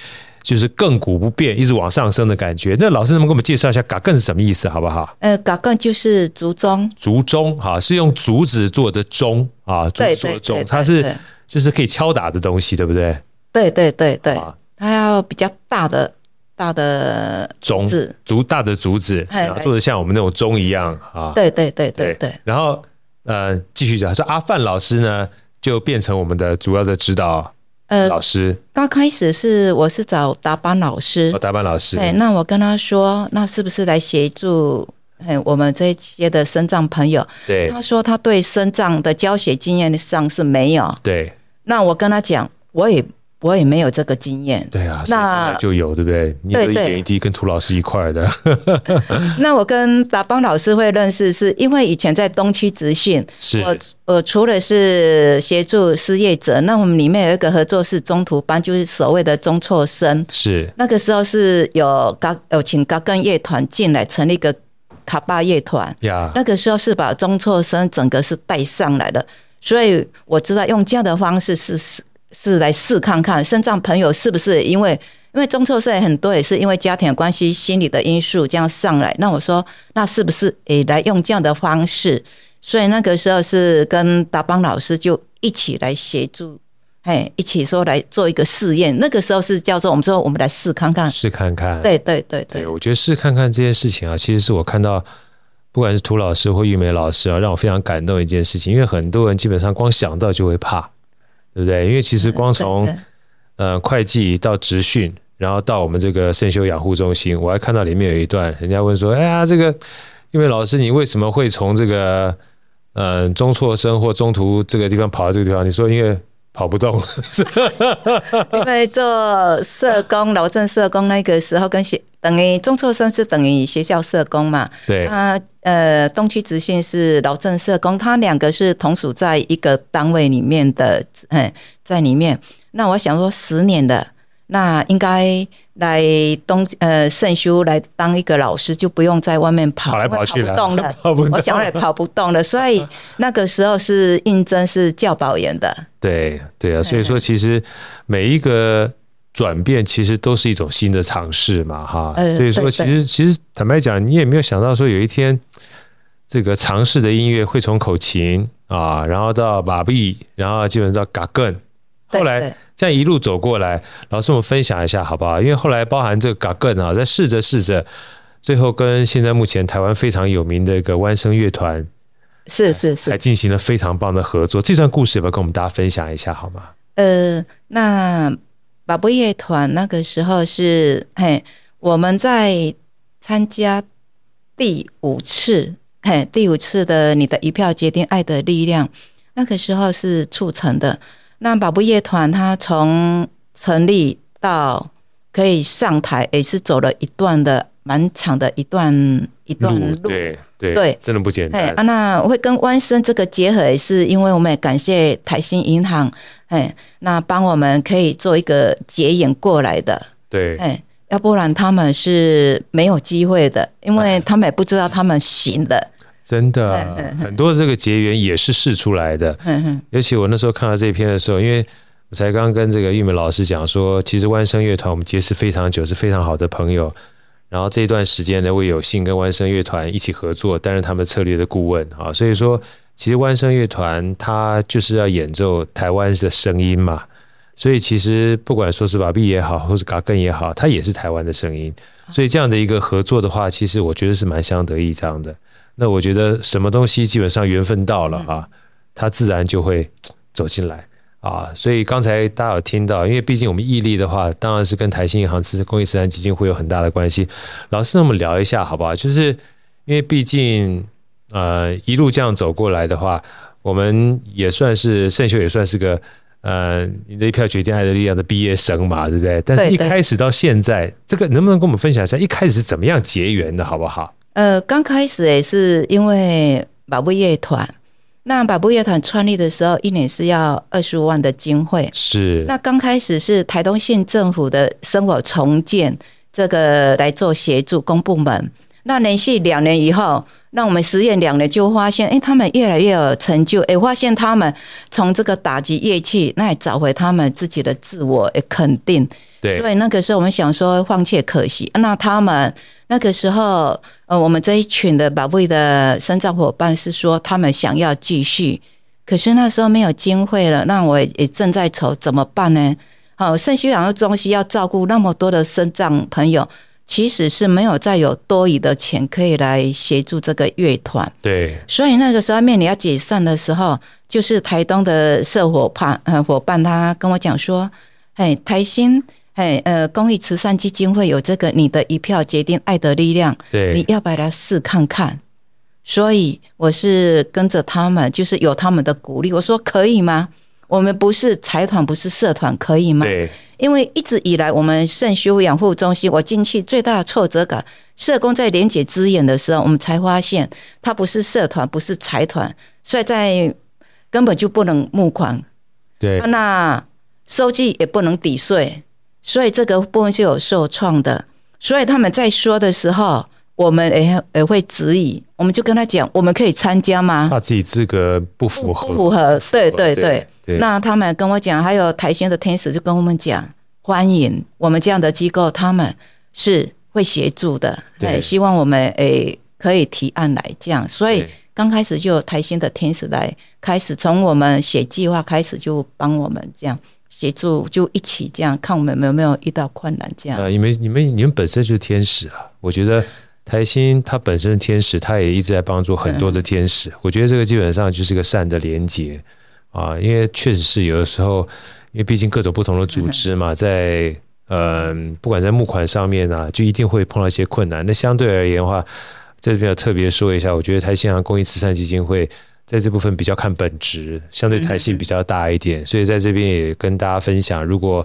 [SPEAKER 1] 就是亘古不变，一直往上升的感觉。那老师能不能给我们介绍一下嘎更是什么意思，好不好？
[SPEAKER 2] 呃，搞根就是族中，
[SPEAKER 1] 竹钟哈、是用竹子做的钟啊，竹子
[SPEAKER 2] 对
[SPEAKER 1] 做
[SPEAKER 2] 对
[SPEAKER 1] 的
[SPEAKER 2] 对，
[SPEAKER 1] 钟，它
[SPEAKER 2] 对
[SPEAKER 1] 是
[SPEAKER 2] 对
[SPEAKER 1] 就是可以敲打的东西，对不对？
[SPEAKER 2] 对对对对
[SPEAKER 1] 啊，
[SPEAKER 2] 它要比较大的大的，
[SPEAKER 1] 钟
[SPEAKER 2] 子
[SPEAKER 1] 竹大的竹子，
[SPEAKER 2] 哎
[SPEAKER 1] 然后做的像我们那种钟一样啊。
[SPEAKER 2] 对对对对对，
[SPEAKER 1] 然后呃，继续讲说阿范老师呢，就变成我们的主要的指导
[SPEAKER 2] 呃，
[SPEAKER 1] 老师，
[SPEAKER 2] 刚开始是我是找达班老师
[SPEAKER 1] 哦，，打板老师。
[SPEAKER 2] 对，那我跟他说，那是不是来协助？哎，我们这些的生障朋友，
[SPEAKER 1] 对
[SPEAKER 2] 他说他对生障的教学经验上是没有。
[SPEAKER 1] 对
[SPEAKER 2] 那我跟他讲，我也我也没有这个经验。
[SPEAKER 1] 对啊，所以
[SPEAKER 2] 那
[SPEAKER 1] 现在就有对不对？你都一
[SPEAKER 2] 对对
[SPEAKER 1] 点一滴跟涂老师一块儿的，
[SPEAKER 2] 那我跟达邦老师会认识，是因为以前在东区直训，
[SPEAKER 1] 是
[SPEAKER 2] 我我除了是协助失业者，那我们里面有一个合作是中途班，就是所谓的中辍生。
[SPEAKER 1] 是
[SPEAKER 2] 那个时候是有嘎有请嘎根乐团进来成立一个卡巴乐团，
[SPEAKER 1] 呀，
[SPEAKER 2] 那个时候是把中辍生整个是带上来的，所以我知道用这样的方式是是是来试看看，身障朋友是不是因为因为中辍生很多也是因为家庭的关系、心理的因素这样上来。那我说，那是不是也来用这样的方式？所以那个时候是跟达邦老师就一起来协助哎，一起说来做一个试验。那个时候是叫做我们说我们来试看看，
[SPEAKER 1] 试看看。
[SPEAKER 2] 对对对对
[SPEAKER 1] 对，，我觉得试看看这件事情啊，其实是我看到不管是涂老师或玉梅老师啊，让我非常感动的一件事情，因为很多人基本上光想到就会怕，对不对？因为其实光从
[SPEAKER 2] 嗯对对
[SPEAKER 1] 呃会计到职训，然后到我们这个圣修养护中心，我还看到里面有一段，人家问说：“哎呀，这个因为老师你为什么会从这个嗯、呃中辍生或中途这个地方跑到这个地方？”你说因为跑不动了，
[SPEAKER 2] 因为做社工，劳政社工那个时候跟学等于中辍生是等于学校社工嘛，
[SPEAKER 1] 对
[SPEAKER 2] 他呃东区直训是劳政社工，他两个是同属在一个单位里面的，嗯，在里面。那我想说十年了，那应该来东呃圣修来当一个老师，就不用在外面跑
[SPEAKER 1] 跑来跑去
[SPEAKER 2] 因为
[SPEAKER 1] 了，
[SPEAKER 2] 跑不动了
[SPEAKER 1] 。跑不动
[SPEAKER 2] 我想也跑不动了，所以那个时候是应征是教保员的，
[SPEAKER 1] 对对啊，所以说其实每一个转变其实都是一种新的尝试嘛，哈。
[SPEAKER 2] 呃
[SPEAKER 1] 所以说
[SPEAKER 2] 对
[SPEAKER 1] 其实其实坦白讲，你也没有想到说有一天这个尝试的音乐会从口琴啊，然后到马币，然后基本上到嘎更，
[SPEAKER 2] 对
[SPEAKER 1] 后来
[SPEAKER 2] 对
[SPEAKER 1] 这样一路走过来，老师，我们分享一下好不好？因为后来包含这个嘎更啊，在试着试着，最后跟现在目前台湾非常有名的一个弯声乐团，
[SPEAKER 2] 是是是
[SPEAKER 1] 还，进行了非常棒的合作。这段故事要不要跟我们大家分享一下好吗？
[SPEAKER 2] 呃，那宝贝乐团那个时候是，嘿，我们在参加第五次，嘿，第五次的你的一票决定爱的力量，那个时候是促成的。那宝贝乐团它从成立到可以上台，也是走了一段的蛮长的一段一段
[SPEAKER 1] 路，嗯
[SPEAKER 2] 路。
[SPEAKER 1] 对对
[SPEAKER 2] 对
[SPEAKER 1] 真的不简
[SPEAKER 2] 哎
[SPEAKER 1] 单
[SPEAKER 2] 啊，。那会跟弯生这个结合，也是因为我们也感谢台新银行，哎，那帮我们可以做一个结缘过来的，
[SPEAKER 1] 对
[SPEAKER 2] 哎，要不然他们是没有机会的，因为他们也不知道他们行的，
[SPEAKER 1] 真
[SPEAKER 2] 嘿
[SPEAKER 1] 的
[SPEAKER 2] 嘿
[SPEAKER 1] 很多的这个结缘也是试出来的。
[SPEAKER 2] 嗯嗯，
[SPEAKER 1] 尤其我那时候看到这一篇的时候，因为我才刚跟这个玉美老师讲说，其实万声乐团我们结识非常久，是非常好的朋友。然后这段时间呢，我也有幸跟万声乐团一起合作，担任他们策略的顾问啊。所以说，其实万声乐团它就是要演奏台湾的声音嘛。所以其实不管说是把臂也好，或是嘎更也好，它也是台湾的声音。所以这样的一个合作的话，其实我觉得是蛮相得益彰的。那我觉得什么东西基本上缘分到了啊，它自然就会嘖走进来啊。所以刚才大家有听到，因为毕竟我们毅力的话，当然是跟台新银行慈公益慈善基金会有很大的关系。老师，那我们聊一下好不好？就是因为毕竟呃一路这样走过来的话，我们也算是盛秀也算是个。呃，你的一票决定爱的力量的毕业生嘛，对不对？但是
[SPEAKER 2] 对
[SPEAKER 1] 一
[SPEAKER 2] 对
[SPEAKER 1] 开始到现在，这个能不能跟我们分享一下一开始是怎么样结缘的，好不好？
[SPEAKER 2] 呃，刚开始也是因为宝贝乐团，那宝贝乐团创立的时候，一年是要二十五万的经费，
[SPEAKER 1] 是
[SPEAKER 2] 那刚开始是台东县政府的生活重建这个来做协助公部门。那连续两年以后，那我们实验两年就发现，哎、他们越来越有成就，哎、发现他们从这个打击乐器，那也找回他们自己的自我，也肯定。
[SPEAKER 1] 对
[SPEAKER 2] 所以那个时候我们想说放弃也可惜。啊那他们那个时候，呃，我们这一群的宝贝的生长伙伴是说他们想要继续，可是那时候没有经费了，那我也也正在愁怎么办呢？好、肾虚养的中心要照顾那么多的生长朋友，其实是没有再有多余的钱可以来协助这个乐团。
[SPEAKER 1] 对，
[SPEAKER 2] 所以那个时候面临要解散的时候，就是台东的社伙伴呃伙伴，他跟我讲说，哎，台新，哎呃公益慈善基金会有这个你的一票决定爱的力量，
[SPEAKER 1] 对，
[SPEAKER 2] 你要不要来试看看？所以我是跟着他们，就是有他们的鼓励，我说可以吗？我们不是财团，不是社团，可以吗？
[SPEAKER 1] 对
[SPEAKER 2] 因为一直以来，我们肾虚养护中心，我进去最大的挫折感，社工在连结资源的时候，我们才发现它不是社团，不是财团，所以在根本就不能募款，
[SPEAKER 1] 对
[SPEAKER 2] 那收据也不能抵税，所以这个部分是有受创的。所以他们在说的时候，我们也也会质疑，我们就跟他讲，我们可以参加吗？
[SPEAKER 1] 怕自己资格不啊符合，
[SPEAKER 2] 不符合，对
[SPEAKER 1] 对
[SPEAKER 2] 对对。
[SPEAKER 1] 对
[SPEAKER 2] 那他们跟我讲，还有台新的天使就跟我们讲，欢迎我们这样的机构，他们是会协助的，
[SPEAKER 1] 对
[SPEAKER 2] 哎哎希望我们诶、可以提案来这样。所以
[SPEAKER 1] 对
[SPEAKER 2] 刚开始就有台新的天使来开始从我们写计划开始就帮我们这样协助，就一起这样看我们有没有遇到困难这样。
[SPEAKER 1] 呃，你们你们你们本身就是天使了，我觉得台新他本身是天使，他也一直在帮助很多的天使。我觉得这个基本上就是个善的连接啊，因为确实是有的时候，因为毕竟各种不同的组织嘛，在嗯、不管在募款上面啊，就一定会碰到一些困难。那相对而言的话，在这边要特别说一下，我觉得台新行公益慈善基金会在这部分比较看本质，相对弹性比较大一点，所以在这边也跟大家分享，如果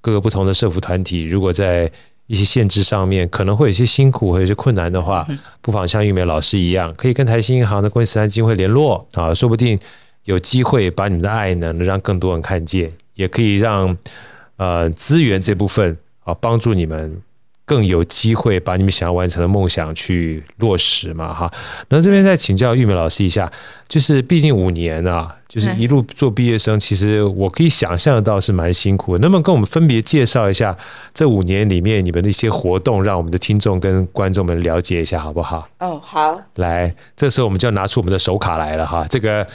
[SPEAKER 1] 各个不同的社服团体，如果在一些限制上面可能会有一些辛苦或有一些困难的话，不妨像玉梅老师一样，可以跟台新银行的公益慈善基金会联络啊，说不定有机会把你们的爱呢，能让更多人看见，也可以让呃资源这部分啊，帮助你们更有机会把你们想要完成的梦想去落实嘛哈。那这边再请教玉梅老师一下，就是毕竟五年啊，就是一路做毕业生，其实我可以想象得到是蛮辛苦的。能不能跟我们分别介绍一下这五年里面你们的一些活动，让我们的听众跟观众们了解一下好不好？
[SPEAKER 2] 哦，好，
[SPEAKER 1] 来，这时候我们就要拿出我们的手卡来了哈。这个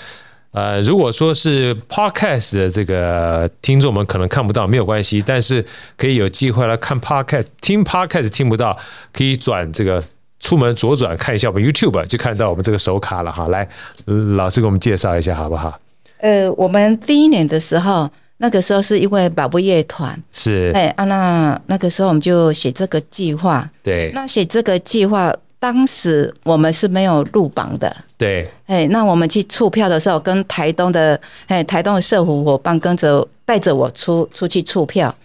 [SPEAKER 1] 呃，如果说是 podcast 的这个听众们可能看不到，没有关系，但是可以有机会来看 podcast，听 podcast 听不到，可以转这个出门左转看一下我们 YouTube，就看到我们这个手卡了哈。来，呃老师给我们介绍一下好不好？
[SPEAKER 2] 呃，我们第一年的时候，那个时候是因为宝贝乐团，
[SPEAKER 1] 是，
[SPEAKER 2] 哎啊，那那个时候我们就写这个计划。
[SPEAKER 1] 对
[SPEAKER 2] 那写这个计划，当时我们是没有入榜的。
[SPEAKER 1] 对
[SPEAKER 2] 哎，那我们去促票的时候，跟台东的哎台东的社服伙伴跟着带着我出出去促票，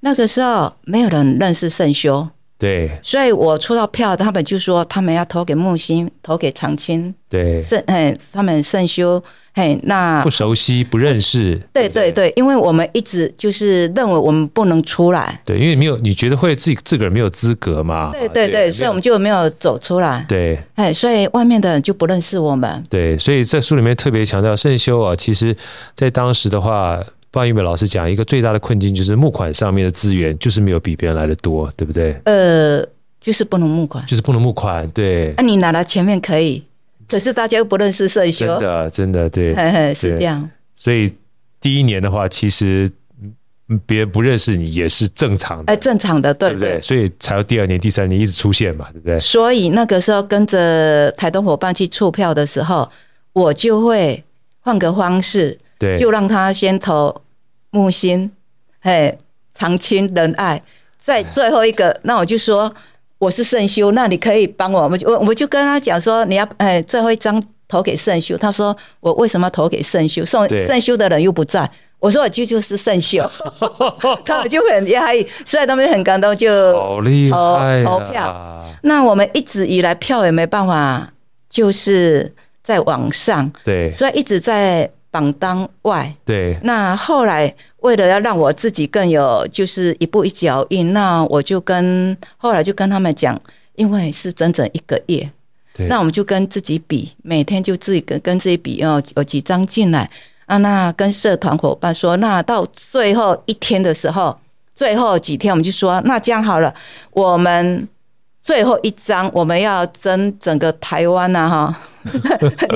[SPEAKER 2] 那个时候没有人认识圣修，
[SPEAKER 1] 对
[SPEAKER 2] 所以我出到票，他们就说他们要投给木星，投给长青
[SPEAKER 1] 对，
[SPEAKER 2] 圣哎，他们圣修哎，那
[SPEAKER 1] 不熟悉不认识，
[SPEAKER 2] 对对对，因为我们一直就是认为我们不能出来，
[SPEAKER 1] 对，因为没有你觉得会自己自个儿没有资格嘛？
[SPEAKER 2] 对啊对对，所以我们就没有走出来，
[SPEAKER 1] 对。
[SPEAKER 2] 哎，所以外面的人就不认识我们，
[SPEAKER 1] 对，所以在书里面特别强调圣修啊，其实在当时的话，鲍玉美老师讲，一个最大的困境就是募款上面的资源就是没有比别人来的多，对不对？
[SPEAKER 2] 呃，就是不能募款。啊
[SPEAKER 1] 就是不能募款，对，
[SPEAKER 2] 那、你拿到前面可以，可是大家又不认识社
[SPEAKER 1] 真
[SPEAKER 2] 修，
[SPEAKER 1] 的真的对，
[SPEAKER 2] 嘿嘿，是这样，
[SPEAKER 1] 所以第一年的话，其实嗯别人不认识你也是正常
[SPEAKER 2] 哎，
[SPEAKER 1] 的，
[SPEAKER 2] 正常的，对
[SPEAKER 1] 对不对？所以才有第二年、第三年一直出现嘛，对不对？
[SPEAKER 2] 所以那个时候跟着台东伙伴去促票的时候，我就会换个方式，
[SPEAKER 1] 对
[SPEAKER 2] 就让他先投木星，嘿，长青仁爱，在最后一个，那我就说我是圣修，那你可以帮我，我们就我我就跟他讲说你要哎最后一张投给圣修，他说我为什么投给圣修？圣
[SPEAKER 1] 对
[SPEAKER 2] 圣修的人又不在。我说我就就是圣 修，他们就很压抑，所以他们很感动就。
[SPEAKER 1] 好厉害
[SPEAKER 2] 投投
[SPEAKER 1] 啊！
[SPEAKER 2] 那我们一直以来票也没办法，就是在网上，
[SPEAKER 1] 对
[SPEAKER 2] 所以一直在榜单外。
[SPEAKER 1] 对
[SPEAKER 2] 那后来为了要让我自己更有就是一步一脚印，那我就跟后来就跟他们讲，因为是整整一个月，
[SPEAKER 1] 对，
[SPEAKER 2] 那我们就跟自己比，每天就自己跟跟自己比，哦，有几张进来啊？那跟社团伙伴说，那到最后一天的时候，最后几天我们就说，那这样好了，我们最后一张我们要争整个台湾呐、哈。 你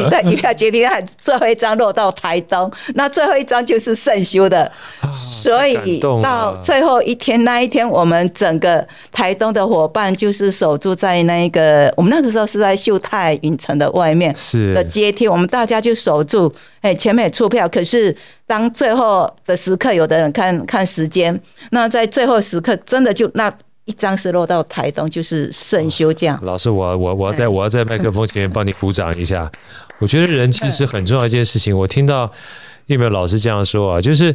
[SPEAKER 2] 的娱乐决定案最后一张落到台东，那最后一张就是圣修的，
[SPEAKER 1] 啊
[SPEAKER 2] 所
[SPEAKER 1] 太感
[SPEAKER 2] 以
[SPEAKER 1] 动啊
[SPEAKER 2] 到
[SPEAKER 1] 了
[SPEAKER 2] 最后一天那一天，我们整个台东的伙伴就是守住在那个我们那个时候是在秀泰影城的外面
[SPEAKER 1] 是
[SPEAKER 2] 的阶梯，我们大家就守住，哎，前面也出票，可是当最后的时刻，有的人看看时间，那在最后时刻真的就那一张是落到台东，就是圣修这样。
[SPEAKER 1] 老师，我我我要在我要在麦克风前面帮你鼓掌一下。我觉得人其实很重要一件事情。我听到叶苗老师这样说啊，就是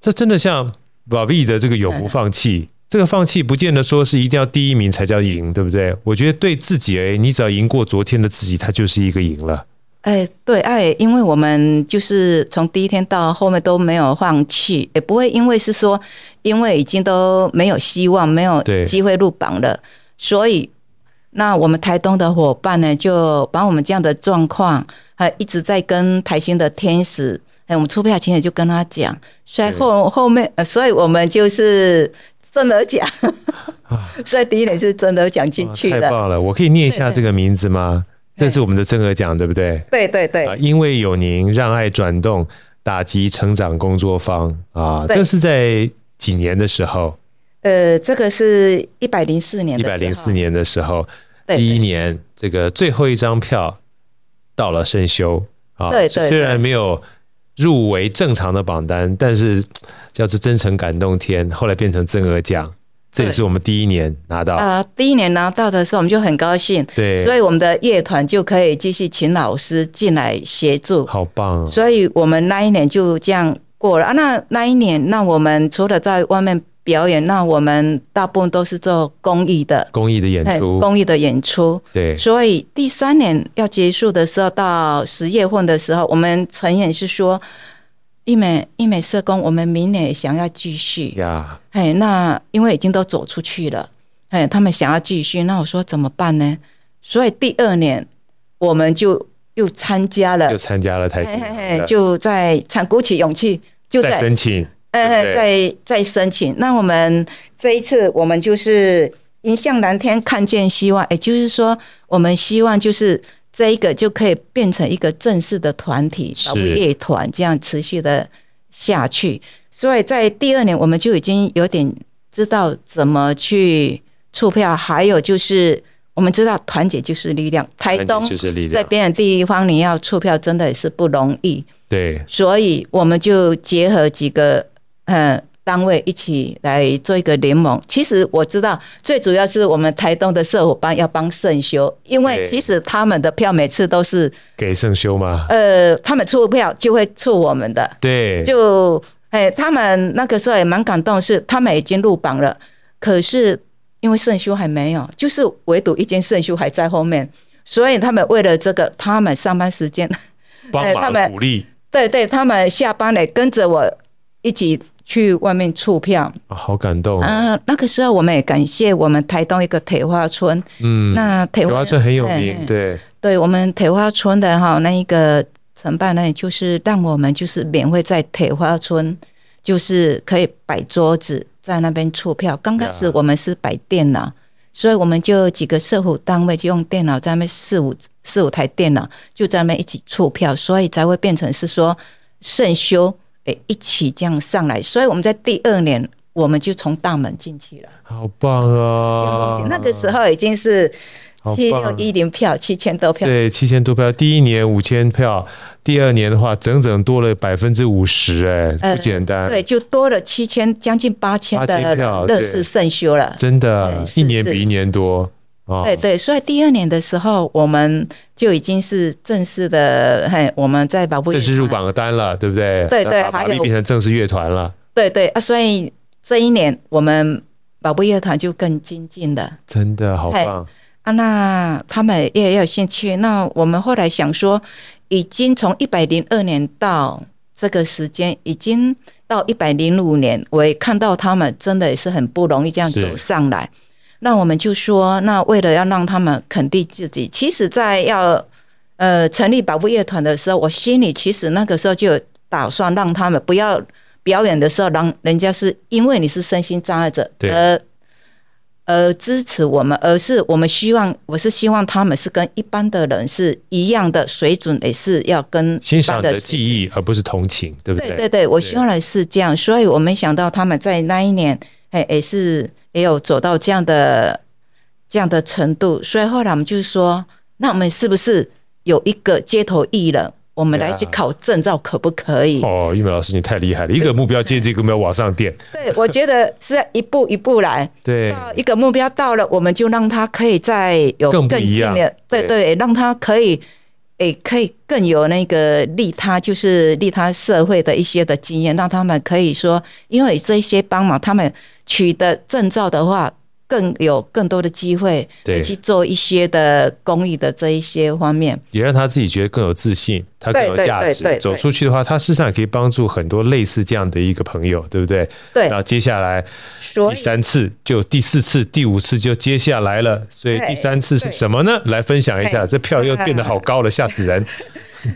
[SPEAKER 1] 这真的像宝碧的这个永不放弃。这个放弃不见得说是一定要第一名才叫赢，对不对？我觉得对自己而言，你只要赢过昨天的自己，他就是一个赢了。
[SPEAKER 2] 哎，对，哎，因为我们就是从第一天到后面都没有放弃，也不会因为是说，因为已经都没有希望，没有
[SPEAKER 1] 对
[SPEAKER 2] 机会入榜了，所以那我们台东的伙伴呢，就把我们这样的状况，还一直在跟台新的天使，哎，我们出票前也就跟他讲，所以
[SPEAKER 1] 对
[SPEAKER 2] 后后面，呃所以我们就是真的奖， 所以第一年是真的奖进去
[SPEAKER 1] 啊哦哇太
[SPEAKER 2] 了。
[SPEAKER 1] 棒了！我可以念一下这个名字吗？这是我们的正额奖，对不对？
[SPEAKER 2] 对对对
[SPEAKER 1] 啊，因为有您，让爱转动，打击成长工作坊啊，
[SPEAKER 2] 对
[SPEAKER 1] 这是在几年的时候？
[SPEAKER 2] 呃，这个是一百零四年
[SPEAKER 1] 一
[SPEAKER 2] 的，
[SPEAKER 1] 百零四，年的时候，
[SPEAKER 2] 对
[SPEAKER 1] 第一年这个最后一张票到了圣修啊，
[SPEAKER 2] 对对
[SPEAKER 1] 虽然没有入围正常的榜单，但是嘖叫做真诚感动天，后来变成正额奖，这也
[SPEAKER 2] 对
[SPEAKER 1] 是我们第一年拿到。
[SPEAKER 2] 啊、第一年拿到的时候我们就很高兴，
[SPEAKER 1] 对，
[SPEAKER 2] 所以我们的乐团就可以继续请老师进来协助，
[SPEAKER 1] 好棒哦！
[SPEAKER 2] 所以我们那一年就这样过了啊。那那一年，那我们除了在外面表演，那我们大部分都是做公益的，
[SPEAKER 1] 公益的演
[SPEAKER 2] 哎
[SPEAKER 1] 出，
[SPEAKER 2] 公益的演出。
[SPEAKER 1] 对，
[SPEAKER 2] 所以第三年要结束的时候，到十月份的时候，我们成员是说，一美一美社工，我们明年也想要继续。
[SPEAKER 1] 呀，
[SPEAKER 2] 哎，那因为已经都走出去了，哎，他们想要继续，那我说怎么办呢？所以第二年我们就又参加了
[SPEAKER 1] 又，参加了台
[SPEAKER 2] 嘿嘿
[SPEAKER 1] 积
[SPEAKER 2] 嘿，，哎就在唱，鼓起勇气，就
[SPEAKER 1] 再
[SPEAKER 2] 在
[SPEAKER 1] 申请，
[SPEAKER 2] 呃
[SPEAKER 1] 对不
[SPEAKER 2] 在在申请。那我们这一次我们就是迎向蓝天，看见希望，也就是说，我们希望就是。这一个就可以变成一个正式的团体，
[SPEAKER 1] 是
[SPEAKER 2] 保护乐团这样持续的下去。所以在第二年，我们就已经有点知道怎么去促票，还有就是我们知道团结就是力量。台东
[SPEAKER 1] 就是力
[SPEAKER 2] 在
[SPEAKER 1] 量，
[SPEAKER 2] 边远地方，你要促票真的也是不容易，
[SPEAKER 1] 对，
[SPEAKER 2] 所以我们就结合几个呃单位一起来做一个联盟。其实我知道，最主要是我们台东的社伙帮要帮圣修，因为
[SPEAKER 1] 对
[SPEAKER 2] 其实他们的票每次都是
[SPEAKER 1] 给圣修嘛，
[SPEAKER 2] 呃，他们出票就会出我们的，
[SPEAKER 1] 对，
[SPEAKER 2] 就哎、他们那个时候也蛮感动，是他们已经入榜了，可是因为圣修还没有，就是唯独一间圣修还在后面，所以他们为了这个，他们上班时间，
[SPEAKER 1] 帮
[SPEAKER 2] 哎他
[SPEAKER 1] 忙
[SPEAKER 2] 们
[SPEAKER 1] 鼓励，
[SPEAKER 2] 对对，他们下班了跟着我一起去外面促票。
[SPEAKER 1] 啊好感动，
[SPEAKER 2] 嗯、那个时候我们也感谢我们台东一个铁花村，
[SPEAKER 1] 嗯，
[SPEAKER 2] 那铁
[SPEAKER 1] 九
[SPEAKER 2] 花
[SPEAKER 1] 华村很有名，
[SPEAKER 2] 哎
[SPEAKER 1] 对，
[SPEAKER 2] 对我们铁花村的哈那一个承办呢，就是让我们就是免费在铁花村，就是可以摆桌子在那边促票。刚开始
[SPEAKER 1] Yeah.
[SPEAKER 2] 我们是摆电脑。所以我们就几个社服单位就用电脑在那边四五四五台电脑就在那边一起促票，所以才会变成是说圣修诶一起这样上来。所以我们在第二年我们就从大门进去了，
[SPEAKER 1] 好棒
[SPEAKER 2] 就
[SPEAKER 1] 啊！
[SPEAKER 2] 那个时候已经是
[SPEAKER 1] 好
[SPEAKER 2] 七六
[SPEAKER 1] 棒
[SPEAKER 2] 一零票七千多票，
[SPEAKER 1] 对，七千多票，第一年五千票，第二年的话整整多了百分之五十，哎，
[SPEAKER 2] 呃
[SPEAKER 1] 不简单，
[SPEAKER 2] 对，就多了七千，将近八千
[SPEAKER 1] 8000
[SPEAKER 2] 的
[SPEAKER 1] 票
[SPEAKER 2] 乐
[SPEAKER 1] 对
[SPEAKER 2] 视圣修了。
[SPEAKER 1] 真的
[SPEAKER 2] 对，是
[SPEAKER 1] 一年比一年多啊！
[SPEAKER 2] 对对，所以第二年的时候，我们就已经是正式的，嘿，我们在保护
[SPEAKER 1] 正式入。榜单了，对不对？
[SPEAKER 2] 对对
[SPEAKER 1] 那把
[SPEAKER 2] 还
[SPEAKER 1] 把力
[SPEAKER 2] 有
[SPEAKER 1] 变成正式乐团了，
[SPEAKER 2] 对对啊，所以这一年我们保护乐团就更精进了
[SPEAKER 1] 真的好棒！
[SPEAKER 2] 啊。那他们也有兴趣，那我们后来想说，已经从一百零二年到这个时间，已经到一百零五年，我也看到他们真的也是很不容易这样
[SPEAKER 1] 是
[SPEAKER 2] 走上来。那我们就说，那为了要让他们肯定自己，其实，在要呃成立保护乐团的时候，我心里其实那个时候就有打算让他们不要表演的时候，让人家是因为你是身心障碍者
[SPEAKER 1] 对
[SPEAKER 2] 而而呃支持我们，而是我们希望，我是希望他们是跟一般的人是一样的水准，也是要跟
[SPEAKER 1] 欣
[SPEAKER 2] 一般
[SPEAKER 1] 赏
[SPEAKER 2] 的
[SPEAKER 1] 你的
[SPEAKER 2] 水
[SPEAKER 1] 技艺，而不是同情，对不
[SPEAKER 2] 对对对，我希望的是这样，所以我没想到他们在那一年，哎，也是也有走到这样的这样的程度，所以后来我们就说，那我们是不是有一个街头艺人，我们来去
[SPEAKER 1] Yeah
[SPEAKER 2] 考证照，可不可以？
[SPEAKER 1] 哦，玉美老师你太厉害了，一个目标接着一个目标往上垫，
[SPEAKER 2] 对，我觉得是要一步一步来，
[SPEAKER 1] 对，
[SPEAKER 2] 到一个目标到了，我们就让他可以再有
[SPEAKER 1] 更
[SPEAKER 2] 更
[SPEAKER 1] 不一
[SPEAKER 2] 近
[SPEAKER 1] 样
[SPEAKER 2] 的，对对，让他可以。诶，可以更有那个利他，就是利他社会的一些的经验，让他们可以说，因为这些帮忙，他们取得证照的话，更有更多的机会
[SPEAKER 1] 对
[SPEAKER 2] 去做一些的公益的这一些方面。
[SPEAKER 1] 也让他自己觉得更有自信，他更有
[SPEAKER 2] 对对
[SPEAKER 1] 价
[SPEAKER 2] 对
[SPEAKER 1] 值
[SPEAKER 2] 对。对
[SPEAKER 1] 走出去的话，他事实上也可以帮助很多类似这样的一个朋友，对不对？
[SPEAKER 2] 对
[SPEAKER 1] 然后接下来
[SPEAKER 2] 所
[SPEAKER 1] 第
[SPEAKER 2] 以
[SPEAKER 1] 三次就第四次、第五次就接下来了，所以
[SPEAKER 2] 对
[SPEAKER 1] 第三次是
[SPEAKER 2] 对
[SPEAKER 1] 什么呢？来分享一下，
[SPEAKER 2] 对
[SPEAKER 1] 这票又变得好高了，吓死人！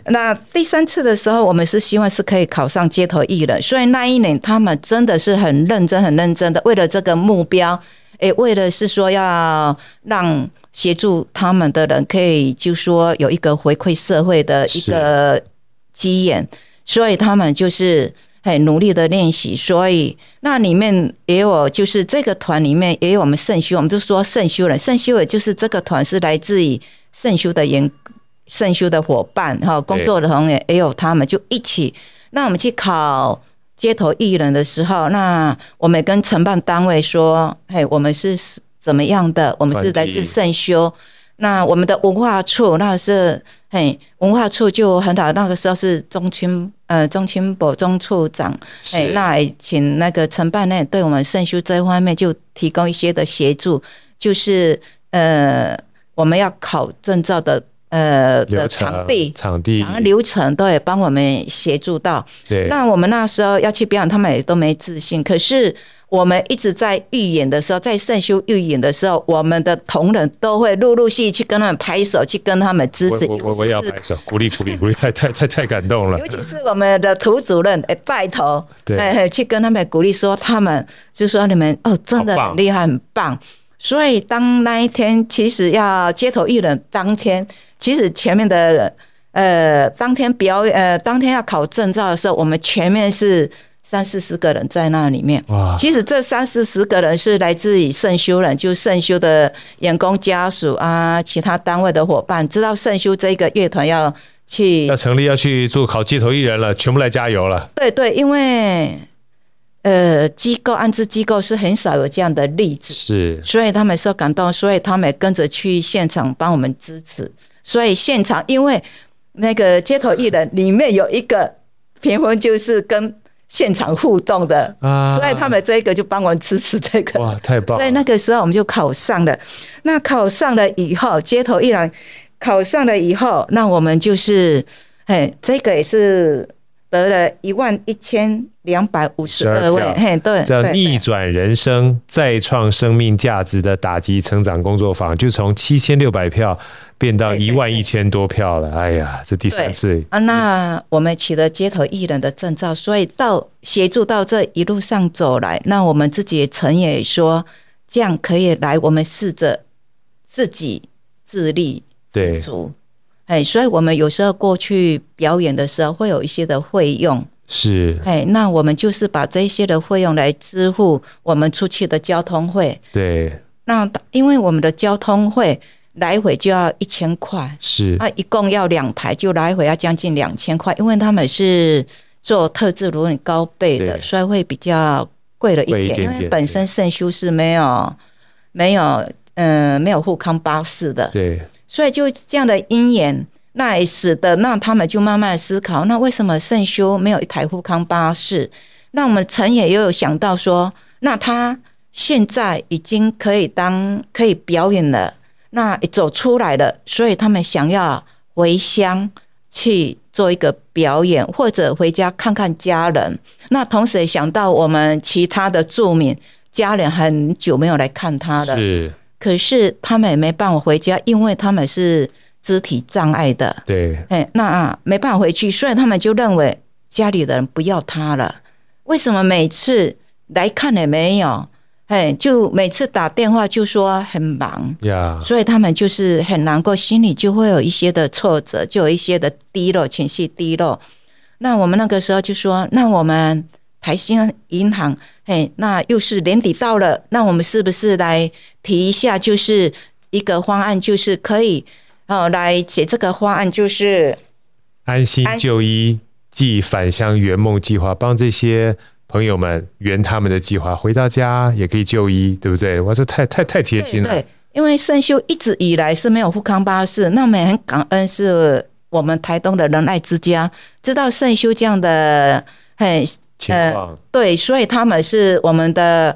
[SPEAKER 2] 那第三次的时候，我们是希望是可以考上街头艺人，所以那一年他们真的是很认真、很认真的，为了这个目标，诶，为了是说要让协助他们的人，可以就说有一个回馈社会的一个基眼，所以他们就是很努力的练习。所以那里面也有，就是这个团里面也有我们圣修，我们就说圣修人，圣修人就是这个团是来自于圣修的员圣修的伙伴哈，工作的同仁也有他们就一起。那我们去考街头艺人的时候，那我们跟承办单位说，嘿，我们是怎么样的？我们是来
[SPEAKER 1] 团体
[SPEAKER 2] 自圣修。那我们的文化处，那是嘿，文化处就很好。那个时候是中青呃中青保中处长，
[SPEAKER 1] 是
[SPEAKER 2] 哎，那也请那个承办呢，对我们圣修这方面就提供一些的协助，就是呃，我们要考证照的呃的
[SPEAKER 1] 流程
[SPEAKER 2] 场地，
[SPEAKER 1] 场地
[SPEAKER 2] 然后流程都也帮我们协助到。
[SPEAKER 1] 对
[SPEAKER 2] 那我们那时候要去表演，他们也都没自信。可是我们一直在预演的时候，在圣修预演的时候，我们的同仁都会陆陆续续去跟他们拍手，去跟他们支
[SPEAKER 1] 我
[SPEAKER 2] 持。
[SPEAKER 1] 我我我也要拍手，鼓励鼓励鼓励，太太太太感动了
[SPEAKER 2] 尤。其是我们的涂主任哎带头，
[SPEAKER 1] 对
[SPEAKER 2] 哎哎去跟他们鼓励说，他们就说你们哦真的
[SPEAKER 1] 好棒
[SPEAKER 2] 很厉害，很棒。所以当那一天，其实要街头艺人当天，其实前面的呃当天表演呃当天要考证照的时候，我们前面是三四十个人在那里面。
[SPEAKER 1] 哇，
[SPEAKER 2] 其实这三四十个人是来自于圣修人，就圣修的员工家属啊，其他单位的伙伴，知道圣修这个乐团要去
[SPEAKER 1] 要成立要去做考街头艺人了，全部来加油了。
[SPEAKER 2] 对对，因为呃，机构安置机构是很少有这样的例子，
[SPEAKER 1] 是
[SPEAKER 2] 所以他们受感动，所以他们也跟着去现场帮我们支持。所以现场，因为那个街头艺人里面有一个评分就是跟现场互动的，
[SPEAKER 1] 啊，
[SPEAKER 2] 所以他们这个就帮我们支持这个。
[SPEAKER 1] 哇太棒
[SPEAKER 2] 所以
[SPEAKER 1] 了，
[SPEAKER 2] 那个时候我们就考上了。那考上了以后，街头艺人考上了以后，那我们就是，嘿，这个也是得了一万一千两百五十二位
[SPEAKER 1] 12票，
[SPEAKER 2] 嘿，对，
[SPEAKER 1] 叫
[SPEAKER 2] 对
[SPEAKER 1] 逆
[SPEAKER 2] 对
[SPEAKER 1] 转人生、再创生命价值的打击成长工作坊，就从七千六百票变到
[SPEAKER 2] 对
[SPEAKER 1] 一
[SPEAKER 2] 对
[SPEAKER 1] 万一千多票了。哎呀，这第三
[SPEAKER 2] 对
[SPEAKER 1] 次
[SPEAKER 2] 啊，那我们取得街头艺人的证照，所以到协助到这一路上走来，那我们自己也曾也说，这样可以来，我们试着自己自立
[SPEAKER 1] 对
[SPEAKER 2] 自足。哎，所以我们有时候过去表演的时候，会有一些的费用，
[SPEAKER 1] 是
[SPEAKER 2] 哎，那我们就是把这些的费用来支付我们出去的交通费。
[SPEAKER 1] 对
[SPEAKER 2] 那因为我们的交通费来回就要一千块，
[SPEAKER 1] 是
[SPEAKER 2] 啊，一共要两台，就来回要将近两千块，因为他们是做特制轮椅高倍的，
[SPEAKER 1] 对
[SPEAKER 2] 所以会比较贵了一
[SPEAKER 1] 贵一
[SPEAKER 2] 点。
[SPEAKER 1] 点
[SPEAKER 2] 因为
[SPEAKER 1] 点
[SPEAKER 2] 本身圣修是没有没有嗯没有护康巴士的，
[SPEAKER 1] 对
[SPEAKER 2] 所以就这样的因缘，那也使得那他们就慢慢思考，那为什么圣修没有一台护康巴士？那我们陈也也有想到说，那他现在已经可以当可以表演了，那也走出来了，所以他们想要回乡去做一个表演，或者回家看看家人。那同时也想到我们其他的住民家人很久没有来看他了，
[SPEAKER 1] 是，
[SPEAKER 2] 可是他们也没办法回家，因为他们是肢体障碍的，
[SPEAKER 1] 对
[SPEAKER 2] 哎，那、啊、没办法回去，所以他们就认为家里的人不要他了。为什么每次来看也没有？哎，就每次打电话就说很忙，
[SPEAKER 1] 呀，
[SPEAKER 2] 所以他们就是很难过，心里就会有一些的挫折，就有一些的低落，情绪低落。那我们那个时候就说，那我们台新银行，嘿，那又是年底到了，那我们是不是来提一下，就是一个方案，就是可以哦来写这个方案，就是
[SPEAKER 1] 安心就医暨返乡圆梦计划，帮这些朋友们圆他们的计划，回到家也可以就医，对不对？哇，这太太太贴心啊了
[SPEAKER 2] 对，，因为圣修一直以来是没有富康巴士，那我们也很感恩是我们台东的仁爱之家知道圣修这样的很
[SPEAKER 1] 情况
[SPEAKER 2] 对，所以他们是我们的，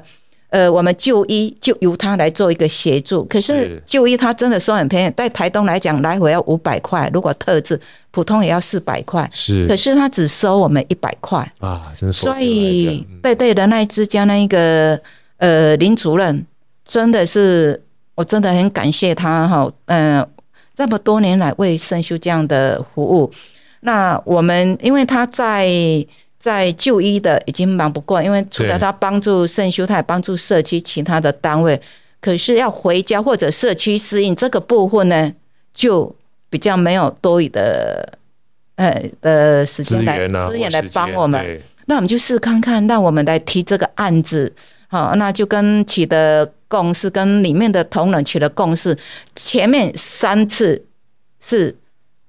[SPEAKER 2] 呃，我们就医就由他来做一个协助。可
[SPEAKER 1] 是
[SPEAKER 2] 是就医他真的收很便宜，在台东来讲，来回要五百块，如果特制普通也要四百块，
[SPEAKER 1] 是
[SPEAKER 2] 可是他只收我们一百块，
[SPEAKER 1] 啊，真是
[SPEAKER 2] 所以
[SPEAKER 1] 嗯
[SPEAKER 2] 对对，仁爱之家那一个呃林主任真的是，我真的很感谢他哈，嗯、这么多年来为圣修这样的服务。那我们因为他在在就医的已经忙不过，因为除了
[SPEAKER 1] 对
[SPEAKER 2] 他帮助圣修，他也帮助社区其他的单位。可是要回家或者社区适应这个部分呢，就比较没有多余的呃的时
[SPEAKER 1] 资
[SPEAKER 2] 间来
[SPEAKER 1] 源啊，
[SPEAKER 2] 资源来
[SPEAKER 1] 或时间
[SPEAKER 2] 帮我们。
[SPEAKER 1] 对
[SPEAKER 2] 那我们就试看看，让我们来提这个案子。好，那就跟取得共识，跟里面的同仁取得共识。前面三次是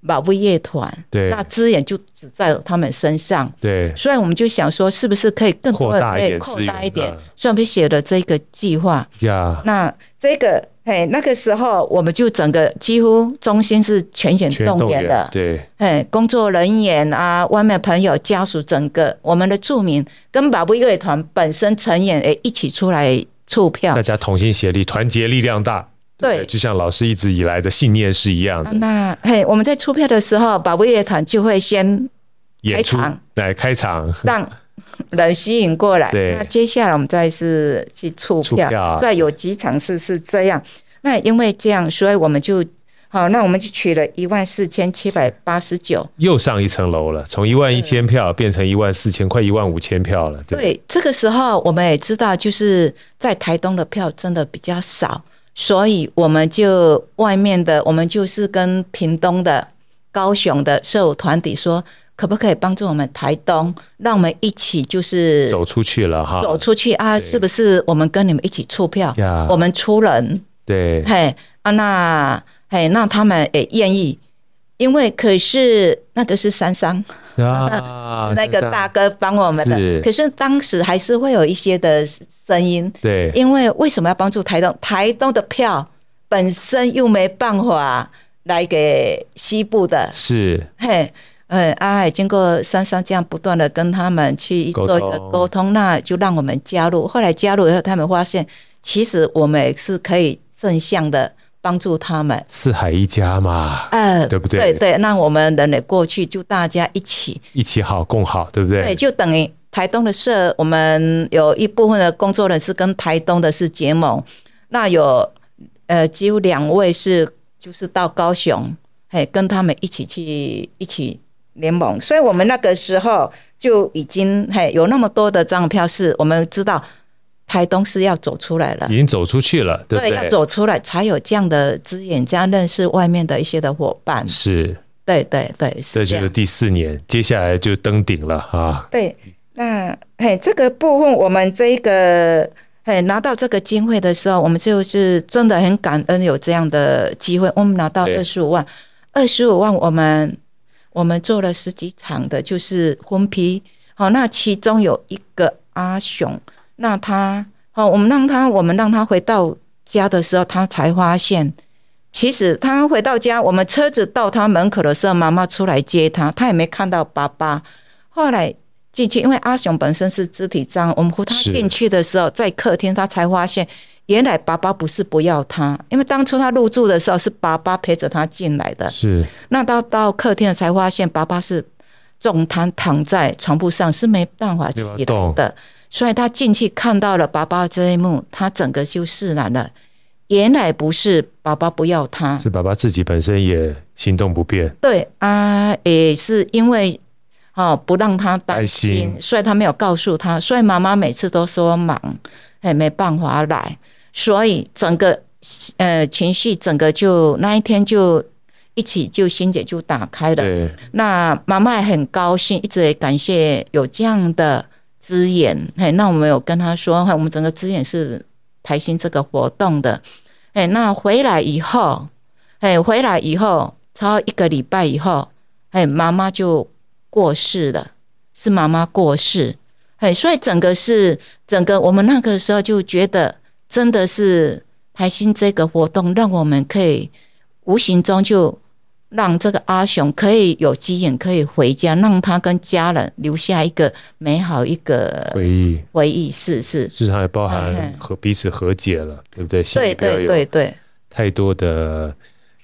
[SPEAKER 2] 保卫乐团，
[SPEAKER 1] 对
[SPEAKER 2] 那资源就只在他们身上，
[SPEAKER 1] 对
[SPEAKER 2] 所以我们就想说，是不是可以更多
[SPEAKER 1] 扩
[SPEAKER 2] 的
[SPEAKER 1] 大一
[SPEAKER 2] 可以
[SPEAKER 1] 点
[SPEAKER 2] 扩
[SPEAKER 1] 资
[SPEAKER 2] 大
[SPEAKER 1] 源
[SPEAKER 2] 一点
[SPEAKER 1] 嗯？
[SPEAKER 2] 所以我们就写了这个计划。
[SPEAKER 1] 呀，
[SPEAKER 2] 那这个，嘿，那个时候我们就整个几乎中心是全员
[SPEAKER 1] 全
[SPEAKER 2] 动
[SPEAKER 1] 动
[SPEAKER 2] 员
[SPEAKER 1] 员
[SPEAKER 2] 的，
[SPEAKER 1] 对
[SPEAKER 2] 哎，工作人员啊，外面朋友、家属，整个我们的住民跟保卫乐团本身成员也一起出来促票
[SPEAKER 1] 大。家同心协力，团结力量大。不
[SPEAKER 2] 啊对嗯
[SPEAKER 1] 就像老师一直以来的信念是一样的。
[SPEAKER 2] 那嘿，我们在出票的时候，保卫乐团就会先
[SPEAKER 1] 演出
[SPEAKER 2] 开场
[SPEAKER 1] 来开场，
[SPEAKER 2] 让人吸引过来。
[SPEAKER 1] 对
[SPEAKER 2] 那接下来我们再是去促
[SPEAKER 1] 促
[SPEAKER 2] 票，
[SPEAKER 1] 票啊
[SPEAKER 2] 所以有几场是是这样。那因为这样，所以我们就好，那我们就取了一万四千七百八十九。
[SPEAKER 1] 又上一层楼了，从一万一千票变成一万四千，快一万五千票了。对不对
[SPEAKER 2] 对，这个时候我们也知道，就是在台东的票真的比较少，所以我们就外面的，我们就是跟屏东的、高雄的社友团体说，可不可以帮助我们台东，让我们一起就是
[SPEAKER 1] 走出去了哈。
[SPEAKER 2] 走出去啊？
[SPEAKER 1] 对
[SPEAKER 2] 是不是我们跟你们一起出票
[SPEAKER 1] 呀，
[SPEAKER 2] 我们出人，
[SPEAKER 1] 对
[SPEAKER 2] 嘿啊，那嘿，那他们也愿意。因为可是那个是三商，
[SPEAKER 1] 啊
[SPEAKER 2] 那个大哥帮我们
[SPEAKER 1] 是
[SPEAKER 2] 的，可是当时还是会有一些的声音，
[SPEAKER 1] 对
[SPEAKER 2] 因为为什么要帮助台东？台东的票本身又没办法来给西部的，
[SPEAKER 1] 是
[SPEAKER 2] 嘿，呃，啊，经过珊珊这样不断的跟他们去
[SPEAKER 1] 沟
[SPEAKER 2] 做
[SPEAKER 1] 通
[SPEAKER 2] 一个沟通，那就让我们加入。后来加入以后，他们发现其实我们也是可以正向的帮助他们。
[SPEAKER 1] 四海一家嘛，
[SPEAKER 2] 呃，
[SPEAKER 1] 对不对
[SPEAKER 2] 对对，那我们人也过去，就大家一起，
[SPEAKER 1] 一起好共好，对不
[SPEAKER 2] 对，
[SPEAKER 1] 对？
[SPEAKER 2] 就等于台东的社，我们有一部分的工作人是跟台东的是结盟，那有呃，只有两位是就是到高雄，嘿，跟他们一起去一起联盟，所以我们那个时候就已经嘿有那么多的张票，是我们知道台东是要走出来了
[SPEAKER 1] 已。经走出去了，对不
[SPEAKER 2] 要走出来才有这样的资源，这样认识外面的一些的伙伴。
[SPEAKER 1] 是，
[SPEAKER 2] 对对对，是
[SPEAKER 1] 这
[SPEAKER 2] 这
[SPEAKER 1] 就
[SPEAKER 2] 样
[SPEAKER 1] 是第四年，接下来就登顶了啊！
[SPEAKER 2] 对，那嘿，这个部分我们这一个嘿拿到这个经费的时候，我们就是真的很感恩有这样的机会，我们拿到
[SPEAKER 1] 对
[SPEAKER 2] 二十五万，二十五万我们我们做了十几场的，就是婚批。好，那其中有一个阿雄，那他好，我们让他我们让他回到家的时候，他才发现。其实他回到家，我们车子到他门口的时候，妈妈出来接他，他也没看到爸爸。后来进去，因为阿雄本身是肢体障碍，我们扶他
[SPEAKER 1] 是
[SPEAKER 2] 进去的时候，在客厅他才发现，原来爸爸不是不要他，因为当初他入住的时候是爸爸陪着他进来的。
[SPEAKER 1] 是
[SPEAKER 2] 那到到客厅了才发现，爸爸是重瘫躺在床铺上，是没办法起
[SPEAKER 1] 没办法
[SPEAKER 2] 来
[SPEAKER 1] 动
[SPEAKER 2] 的。所以他进去看到了爸爸这一幕，他整个就释然了。原来不是爸爸不要他，
[SPEAKER 1] 是，爸爸自己本身也行动不便，
[SPEAKER 2] 对啊，也是因为哦不让他担
[SPEAKER 1] 担
[SPEAKER 2] 心
[SPEAKER 1] 心，
[SPEAKER 2] 所以他没有告诉他，所以妈妈每次都说忙，哎没办法来，所以整个呃情绪整个就那一天就一起就心结就打开了。
[SPEAKER 1] 对，
[SPEAKER 2] 那妈妈也很高兴，一直也感谢有这样的资源。嘿，那我们有跟她说，嘿我们整个资源是台新这个活动的。哎，那回来以后，哎，回来以后，超一个礼拜以后，哎，妈妈就过世了，是妈妈过世。哎，所以整个是整个我们那个时候就觉得，真的是台新这个活动让我们可以无形中就让这个阿雄可以有机缘可以回家，让他跟家人留下一个美好一个
[SPEAKER 1] 回忆
[SPEAKER 2] 回忆。是是，
[SPEAKER 1] 至少也包含
[SPEAKER 2] 嗯嗯
[SPEAKER 1] 和彼此和解了，对不对？心里
[SPEAKER 2] 对
[SPEAKER 1] 不要
[SPEAKER 2] 对
[SPEAKER 1] 有
[SPEAKER 2] 对对
[SPEAKER 1] 太多的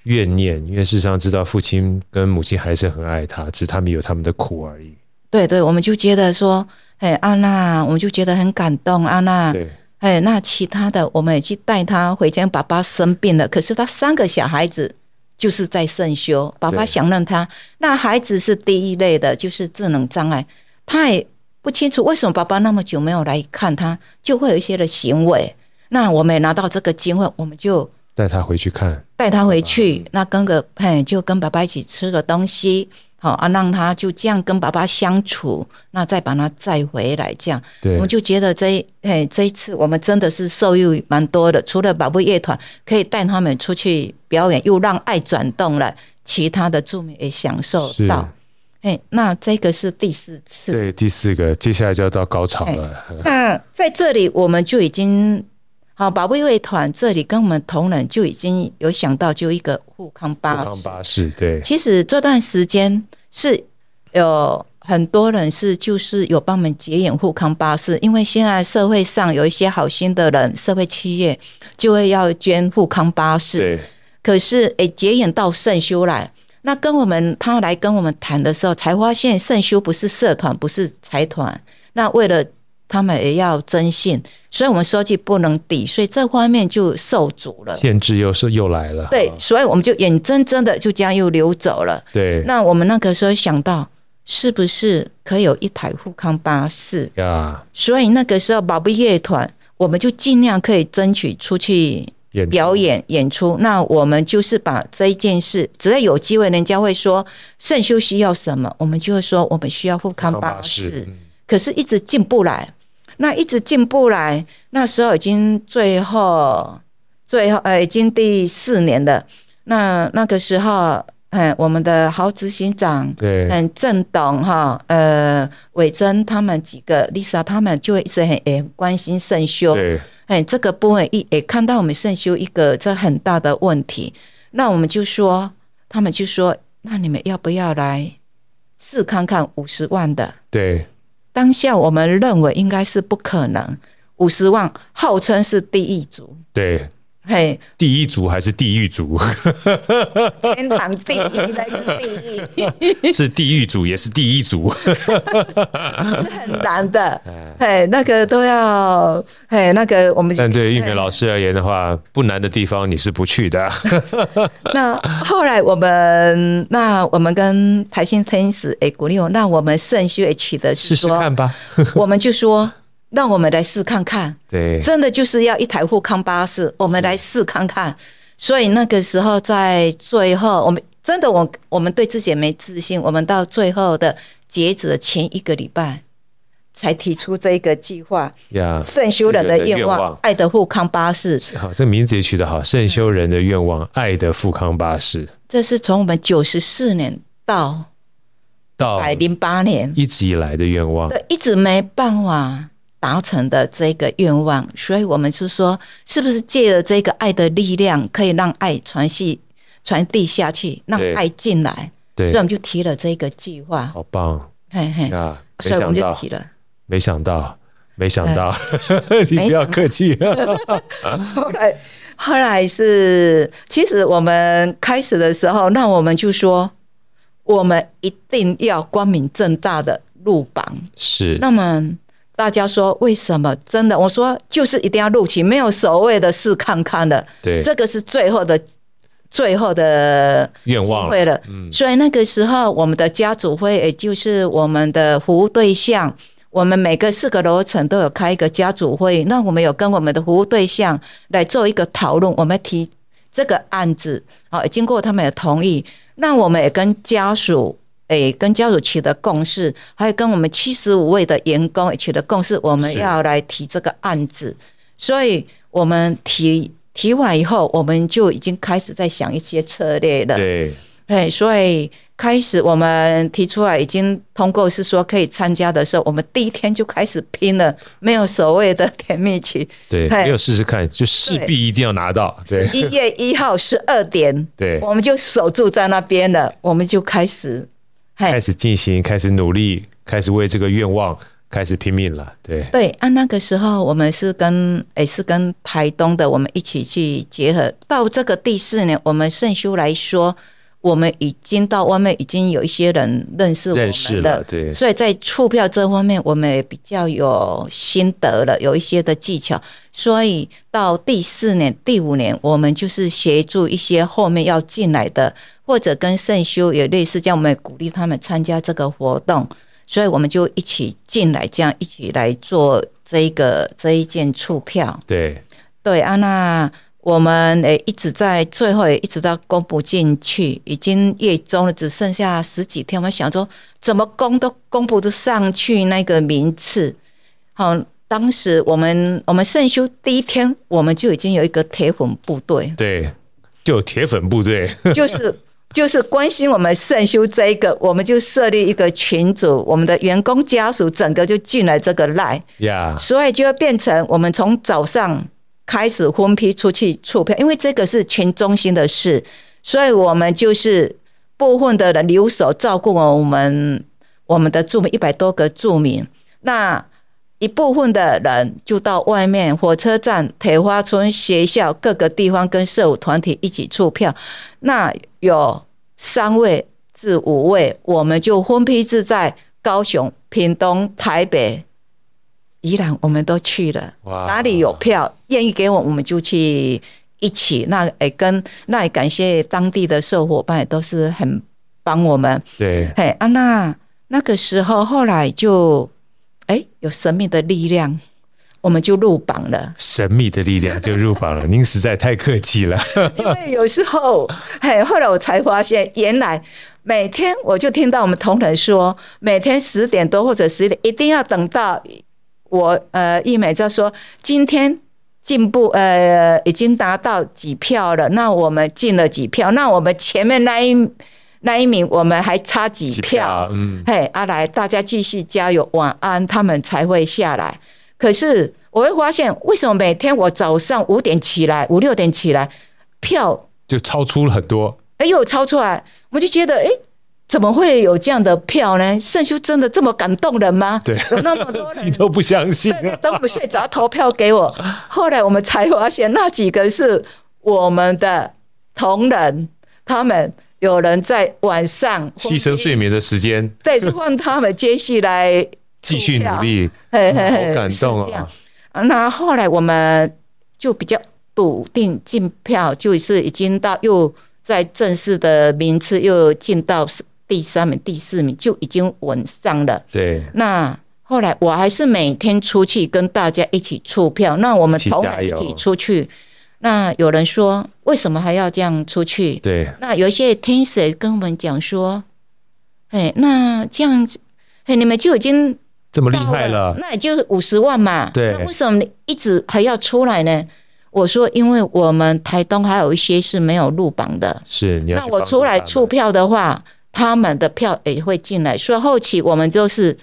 [SPEAKER 1] 怨念，因为事实上知道父亲跟母亲还是很爱他，只是他们有他们的苦而已。
[SPEAKER 2] 对对，我们就觉得说，哎，安娜，我们就觉得很感动，安娜。
[SPEAKER 1] 对，
[SPEAKER 2] 哎，那其他的我们也去带他回家。爸爸生病了，可是他三个小孩子就是在圣修，爸爸
[SPEAKER 1] 对
[SPEAKER 2] 想让他。那孩子是第一类的，就是智能障碍，他也不清楚为什么爸爸那么久没有来看他，就会有一些的行为。那我们也拿到这个经费，我们就
[SPEAKER 1] 带他回去看，
[SPEAKER 2] 带他回
[SPEAKER 1] 嗯
[SPEAKER 2] 去，那跟个嘿，就跟爸爸一起吃个东西，好啊，让他就这样跟爸爸相处，那再把他载回来，这样
[SPEAKER 1] 对
[SPEAKER 2] 我们就觉得这一哎这一次我们真的是受益蛮多的。除了宝贝乐团可以带他们出去表演，又让爱转动了，其他的住民也享受
[SPEAKER 1] 是
[SPEAKER 2] 到。哎，那这个是第四次。
[SPEAKER 1] 对第四个，接下来就要到高潮了。
[SPEAKER 2] 哎那在这里我们就已经好，保卫会团这里跟我们同仁就已经有想到就一个富康巴
[SPEAKER 1] 富康巴士，对，
[SPEAKER 2] 其实这段时间是有很多人是就是有帮我们节演富康巴士，因为现在社会上有一些好心的人，社会企业就会要捐富康巴士。
[SPEAKER 1] 对，
[SPEAKER 2] 可是诶，结眼到圣修来，那跟我们他来跟我们谈的时候，才发现圣修不是社团，不是财团。那为了他们也要征信，所以我们收据不能抵，所以这方面就受阻了。
[SPEAKER 1] 限制又是又来了。
[SPEAKER 2] 对，所以我们就眼睁睁的就这样又流走了。
[SPEAKER 1] 对
[SPEAKER 2] 那我们那个时候想到，是不是可以有一台富康巴士？
[SPEAKER 1] 呀，
[SPEAKER 2] 所以那个时候宝贝乐团，我们就尽量可以争取出去
[SPEAKER 1] 演
[SPEAKER 2] 表演演出，那我们就是把这一件事，只要有机会，人家会说圣修需要什么，我们就会说我们需要富康
[SPEAKER 1] 康嗯
[SPEAKER 2] 巴
[SPEAKER 1] 巴
[SPEAKER 2] 士
[SPEAKER 1] 士，。
[SPEAKER 2] 可是一直进不来，那一直进不来，那时候已经最后最后呃，已经第四年了。那那个时候，嗯，我们的郝执行长
[SPEAKER 1] 对，
[SPEAKER 2] 嗯，郑董哈，呃，伟珍他们几个，Lisa 他们就会一直很也很关心圣修，
[SPEAKER 1] 对，
[SPEAKER 2] 哎，这个部分一也看到我们圣修一个这很大的问题，那我们就说，他们就说，那你们要不要来试看看五十万的？
[SPEAKER 1] 对，
[SPEAKER 2] 当下我们认为应该是不可能，五十万号称是地狱族，
[SPEAKER 1] 对，
[SPEAKER 2] 嘿，
[SPEAKER 1] 第一组还是地狱 组，
[SPEAKER 2] 天堂地狱那个地狱
[SPEAKER 1] 是地狱组也是第一 组。
[SPEAKER 2] 是很难 的，
[SPEAKER 1] 啊
[SPEAKER 2] 嘿，那个都要，嘿，那个我们
[SPEAKER 1] 但对玉梅老师而言的话，不难的地方你是不去的。
[SPEAKER 2] 那后来我们，那我们跟台新天使诶鼓励我，那我们圣修也取得
[SPEAKER 1] 试
[SPEAKER 2] 是
[SPEAKER 1] 试
[SPEAKER 2] 说，
[SPEAKER 1] 看 吧。
[SPEAKER 2] 我们就说，让我们来试看看，
[SPEAKER 1] 对，
[SPEAKER 2] 真的就是要一台富康巴士，我们来试看看。所以那个时候在最后，我们真的我我们对自己也没自信，我们到最后的截止的前一个礼拜才提出这一个计划，
[SPEAKER 1] 呀，
[SPEAKER 2] 圣修人的愿
[SPEAKER 1] 愿
[SPEAKER 2] 望，
[SPEAKER 1] 望
[SPEAKER 2] 爱的富康巴士，
[SPEAKER 1] 好，这个名字也取得好，《圣修人的愿望》，爱的富康巴士，
[SPEAKER 2] 这是从我们九十四年到
[SPEAKER 1] 到
[SPEAKER 2] 百零八年。
[SPEAKER 1] 一直以来的愿望。
[SPEAKER 2] 对，一直没办法达成的这个愿望，所以我们是说，是不是借了这个爱的力量，可以让爱传系传递下去，让
[SPEAKER 1] 对
[SPEAKER 2] 爱进来？所
[SPEAKER 1] 对
[SPEAKER 2] 以我，们就提了这个计划，
[SPEAKER 1] 好棒
[SPEAKER 2] 嘿嘿，
[SPEAKER 1] 呀！没
[SPEAKER 2] 所以我
[SPEAKER 1] 想
[SPEAKER 2] 们就
[SPEAKER 1] 到
[SPEAKER 2] 提，了。
[SPEAKER 1] 没想到，没想到， 你不要客 气。
[SPEAKER 2] 后来，后来是，其实我们开始的时候，那我们就说，我们一定要光明正大的入榜。
[SPEAKER 1] 是
[SPEAKER 2] 那么大家说为什么？真的，我说就是一定要录取，没有所谓的试看看的，
[SPEAKER 1] 对
[SPEAKER 2] 这个是最后的最后的
[SPEAKER 1] 愿
[SPEAKER 2] 机
[SPEAKER 1] 望了
[SPEAKER 2] 会了。所以那个时候，我们的家族会，也就是我们的服务对象。我们每个四个楼层都有开一个家族会，那我们有跟我们的服务对象来做一个讨论，我们提这个案子，啊，经过他们的同意，那我们也跟家属，诶，跟家属取得共识，还有跟我们七十五位的员工也取得共识，我们
[SPEAKER 1] 是
[SPEAKER 2] 要来提这个案子。所以我们提提完以后，我们就已经开始在想一些策略了。
[SPEAKER 1] 对
[SPEAKER 2] 哎，所以开始我们提出来已经通过，是说可以参加的时候，我们第一天就开始 拼了，没有所谓的甜蜜期。
[SPEAKER 1] 对，
[SPEAKER 2] 嘿
[SPEAKER 1] 没有试试看，就势必一定要拿到。对
[SPEAKER 2] 一月一号十二点，
[SPEAKER 1] 对，
[SPEAKER 2] 我们就守住在那边了，我们就开始，
[SPEAKER 1] 开
[SPEAKER 2] 哎，
[SPEAKER 1] 始进行，开始努力，开始为这个愿望开始拼命了。对
[SPEAKER 2] 对，啊，那个时候我们是跟也是跟台东的我们一起去结合，到这个第四年，我们圣修来说。我们已经到外面，已经有一些人认识我们
[SPEAKER 1] 认识
[SPEAKER 2] 了
[SPEAKER 1] 了，对
[SPEAKER 2] 所以在促票这方面，我们也比较有心得了，有一些的技巧。所以到第四年、第五年，我们就是协助一些后面要进来的，或者跟圣修也类似这样，我们也鼓励他们参加这个活动。所以我们就一起进来，这样一起来做这一个这一件促票。
[SPEAKER 1] 对，
[SPEAKER 2] 对啊，那我们诶一直在最后也一直到攻不进去，已经月中了，只剩下十几天。我们想说，怎么攻都攻不得上去那个名次。好、当时我们我们圣修第一天，我们就已经有一个铁粉部队
[SPEAKER 1] 对，就有铁粉部队，
[SPEAKER 2] 就是就是关心我们圣修这一个，我们就设立一个群组，我们的员工家属整个就进来这个赖。
[SPEAKER 1] 呀、
[SPEAKER 2] 所以就会变成我们从早上开始分批出去促票，因为这个是全中心的事，所以我们就是部分的人留守照顾我们我们的住民一百多个住民，那一部分的人就到外面火车站、铁花村、学校各个地方跟社会团体一起促票，那有三位至五位，我们就分批次在高雄、屏东、台北、宜兰，我们都去了。
[SPEAKER 1] 哇
[SPEAKER 2] 哪里有票愿意给我，我们就去一起。那也跟那也感谢当地的社伙伴，也都是很帮我们。
[SPEAKER 1] 对，
[SPEAKER 2] 嘿，啊，那那个时候后来就哎有神秘的力量，我们就入榜 了。
[SPEAKER 1] 神秘的力 量就入榜了。您实在太客气了，
[SPEAKER 2] 因为有时候，嘿，后来我才发现，原来每天我就听到我们同仁说，每天十点多或者十点，一定要等到我呃一美在说今天。进步呃，已经达到几票了？那我们进了几票？那我们前面那一那一名，我们还差几
[SPEAKER 1] 机
[SPEAKER 2] 票？
[SPEAKER 1] 票嗯，
[SPEAKER 2] 嘿，阿、来，大家继续加油，晚安，他们才会下来。可是我会发现，为什么每天我早上五点起来，五六点起来，票
[SPEAKER 1] 就超出了很多。
[SPEAKER 2] 哎又超出来，我就觉得哎。诶怎么会有这样的票呢？圣修真的这么感动人吗？
[SPEAKER 1] 对，
[SPEAKER 2] 有那么多
[SPEAKER 1] 你
[SPEAKER 2] 人，
[SPEAKER 1] 都不相信啊
[SPEAKER 2] 对对，等我们睡着投票给我。后来我们才发现，那几个是我们的同仁，他们有人在晚上
[SPEAKER 1] 牺牲睡眠的时间，
[SPEAKER 2] 对，就换他们接续来
[SPEAKER 1] 继续努力，
[SPEAKER 2] 嘿嘿嘿
[SPEAKER 1] 好感动
[SPEAKER 2] 是这
[SPEAKER 1] 啊
[SPEAKER 2] 样！那后来我们就比较笃定进票，就是已经到又在正式的名次又进到第三名、第四名，就已经稳上了。
[SPEAKER 1] 对，
[SPEAKER 2] 那后来我还是每天出去跟大家一起促票，那我们
[SPEAKER 1] 一起
[SPEAKER 2] 同
[SPEAKER 1] 加
[SPEAKER 2] 仁一
[SPEAKER 1] 油
[SPEAKER 2] 起出去。那有人说，为什么还要这样出去？
[SPEAKER 1] 对，
[SPEAKER 2] 那有一些天使跟我们讲说，哎，那这样子，哎，你们就已经
[SPEAKER 1] 这么厉
[SPEAKER 2] 到
[SPEAKER 1] 害了，
[SPEAKER 2] 那也就五十万嘛。
[SPEAKER 1] 对
[SPEAKER 2] 那为什么你一直还要出来呢？我说，因为我们台东还有一些是没有入榜的，
[SPEAKER 1] 是你要
[SPEAKER 2] 那
[SPEAKER 1] 去
[SPEAKER 2] 我
[SPEAKER 1] 帮助
[SPEAKER 2] 出来
[SPEAKER 1] 他们
[SPEAKER 2] 出票的话，他们的票也会进来，所以后期我们就是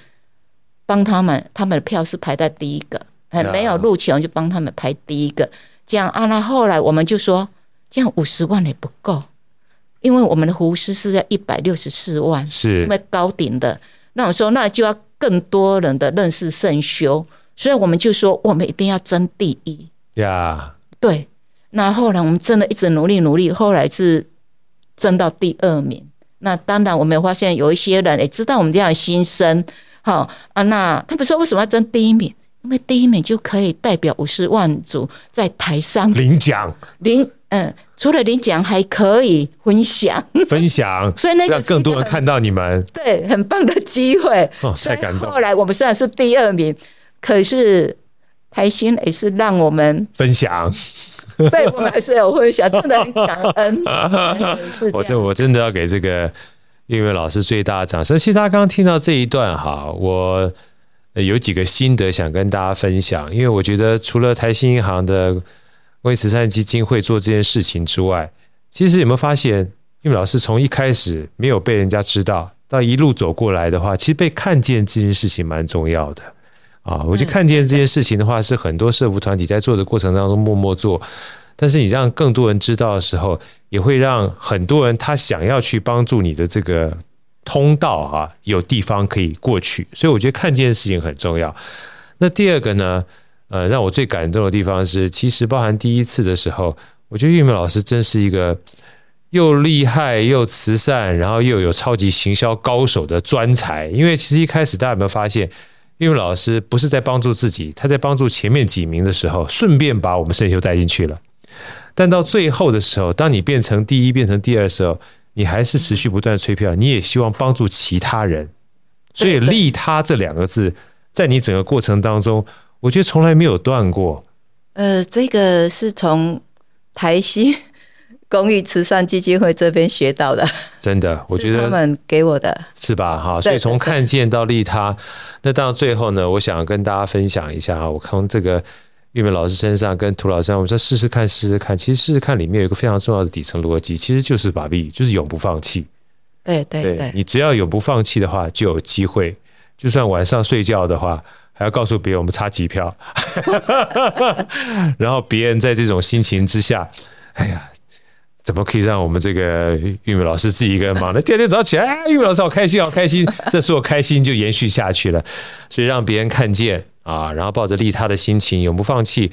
[SPEAKER 2] 帮他们，他们的票是排在第一个，哎，
[SPEAKER 1] 啊
[SPEAKER 2] 没有入前就帮他们排第一个。这样啊，那后来我们就说，这样五十万也不够，因为我们的胡师是要一百六十四万，
[SPEAKER 1] 是
[SPEAKER 2] 因为高顶的。那我说，那就要更多人的认识圣修，所以我们就说，我们一定要争第一。
[SPEAKER 1] 呀，
[SPEAKER 2] 对，那后来我们真的一直努力努力，后来是争到第二名。那当然，我们也发现有一些人也知道我们这样的心声，好、啊，那他们说为什么要争第一名？因为第一名就可以代表五十万组在台上
[SPEAKER 1] 领奖
[SPEAKER 2] 领，嗯、除了领奖还可以分享，
[SPEAKER 1] 分享，
[SPEAKER 2] 所以那个
[SPEAKER 1] 让
[SPEAKER 2] 是
[SPEAKER 1] 更
[SPEAKER 2] 一个
[SPEAKER 1] 多人
[SPEAKER 2] 很
[SPEAKER 1] 看到你们，
[SPEAKER 2] 对，很棒的机会。
[SPEAKER 1] 哦，
[SPEAKER 2] 所
[SPEAKER 1] 太
[SPEAKER 2] 以
[SPEAKER 1] 感动
[SPEAKER 2] 后，来我们虽然是第二名，可是台新也是让我们
[SPEAKER 1] 分享。
[SPEAKER 2] 对我们还是有分享，真的很感 恩，哎是这
[SPEAKER 1] 我真
[SPEAKER 2] 样。
[SPEAKER 1] 我真的要给这个音乐老师最大的掌声。其实他刚刚听到这一段哈，我呃有几个心得想跟大家分享，因为我觉得除了台新银行的为慈善基金会做这件事情之外，其实有没有发现，音乐老师从一开始没有被人家知道，到一路走过来的话，其实被看见这件事情蛮重要的。啊，我
[SPEAKER 2] 嗯
[SPEAKER 1] 就看见这件事情的话，是很多社服团体在做的过程当中默默做，但是你让更多人知道的时候，也会让很多人他想要去帮助你的这个通道啊，有地方可以过去。所以我觉得看见事情很重要。那第二个呢，呃，让我最感动的地方是，其实包含第一次的时候，我觉得玉梅老师真是一个又厉害又慈善，然后又有超级行销高手的专才。因为其实一开始大家有没有发现？玉梅老师不是在帮助自己，他在帮助前面几名的时候，顺便把我们圣修带进去了。但到最后的时候，当你变成第一、变成第二的时候，你还是持续不断地催票，你也希望帮助其他人。所以“
[SPEAKER 2] 对对
[SPEAKER 1] 利他”这两个字，在你整个过程当中，我觉得从来没有断过。
[SPEAKER 2] 呃，这个是从台西公益慈善基金会这边学到的，
[SPEAKER 1] 真的，我觉
[SPEAKER 2] 是他
[SPEAKER 1] 得
[SPEAKER 2] 们给我的。
[SPEAKER 1] 是吧？哈，
[SPEAKER 2] 对
[SPEAKER 1] 所以
[SPEAKER 2] 对
[SPEAKER 1] 从
[SPEAKER 2] 对
[SPEAKER 1] 看见到利他，那到最后呢，我想跟大家分享一下啊，我从这个玉梅老师身上跟涂老师身上，我们说试试看，试试看。其实试试看里面有一个非常重要的底层逻辑，其实就是把力，就是永不放弃。
[SPEAKER 2] 对对对，
[SPEAKER 1] 你只要永不放弃的话，就有机会。就算晚上睡觉的话，还要告诉别人我们差几票， 然后别人在这种心情之下，哎呀。怎么可以让我们这个玉米老师自己一个人忙呢？第二天早上起来，哎，玉米老师好开心，好开心，这时候开心就延续下去了。所以让别人看见啊，然后抱着利他的心情，永不放弃。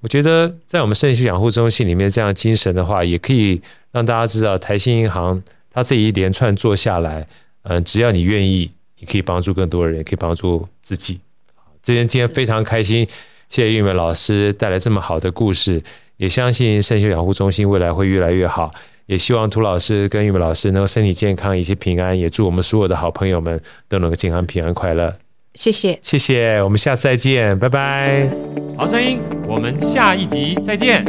[SPEAKER 1] 我觉得在我们社区养护中心里面，这样的精神的话，也可以让大家知道，台新银行它这一连串做下来，嗯，只要你愿意，你可以帮助更多人，也可以帮助自己。这边今天非常开心，谢谢玉梅老师带来这么好的故事，也相信肾修养护中心未来会越来越好。也希望涂老师跟玉梅老师能够身体健康，以及平安。也祝我们所有的好朋友们都能够健康、平安、快乐。
[SPEAKER 2] 谢谢。
[SPEAKER 1] 谢谢，我们下次再见，拜拜。好声音，我们下一集再见，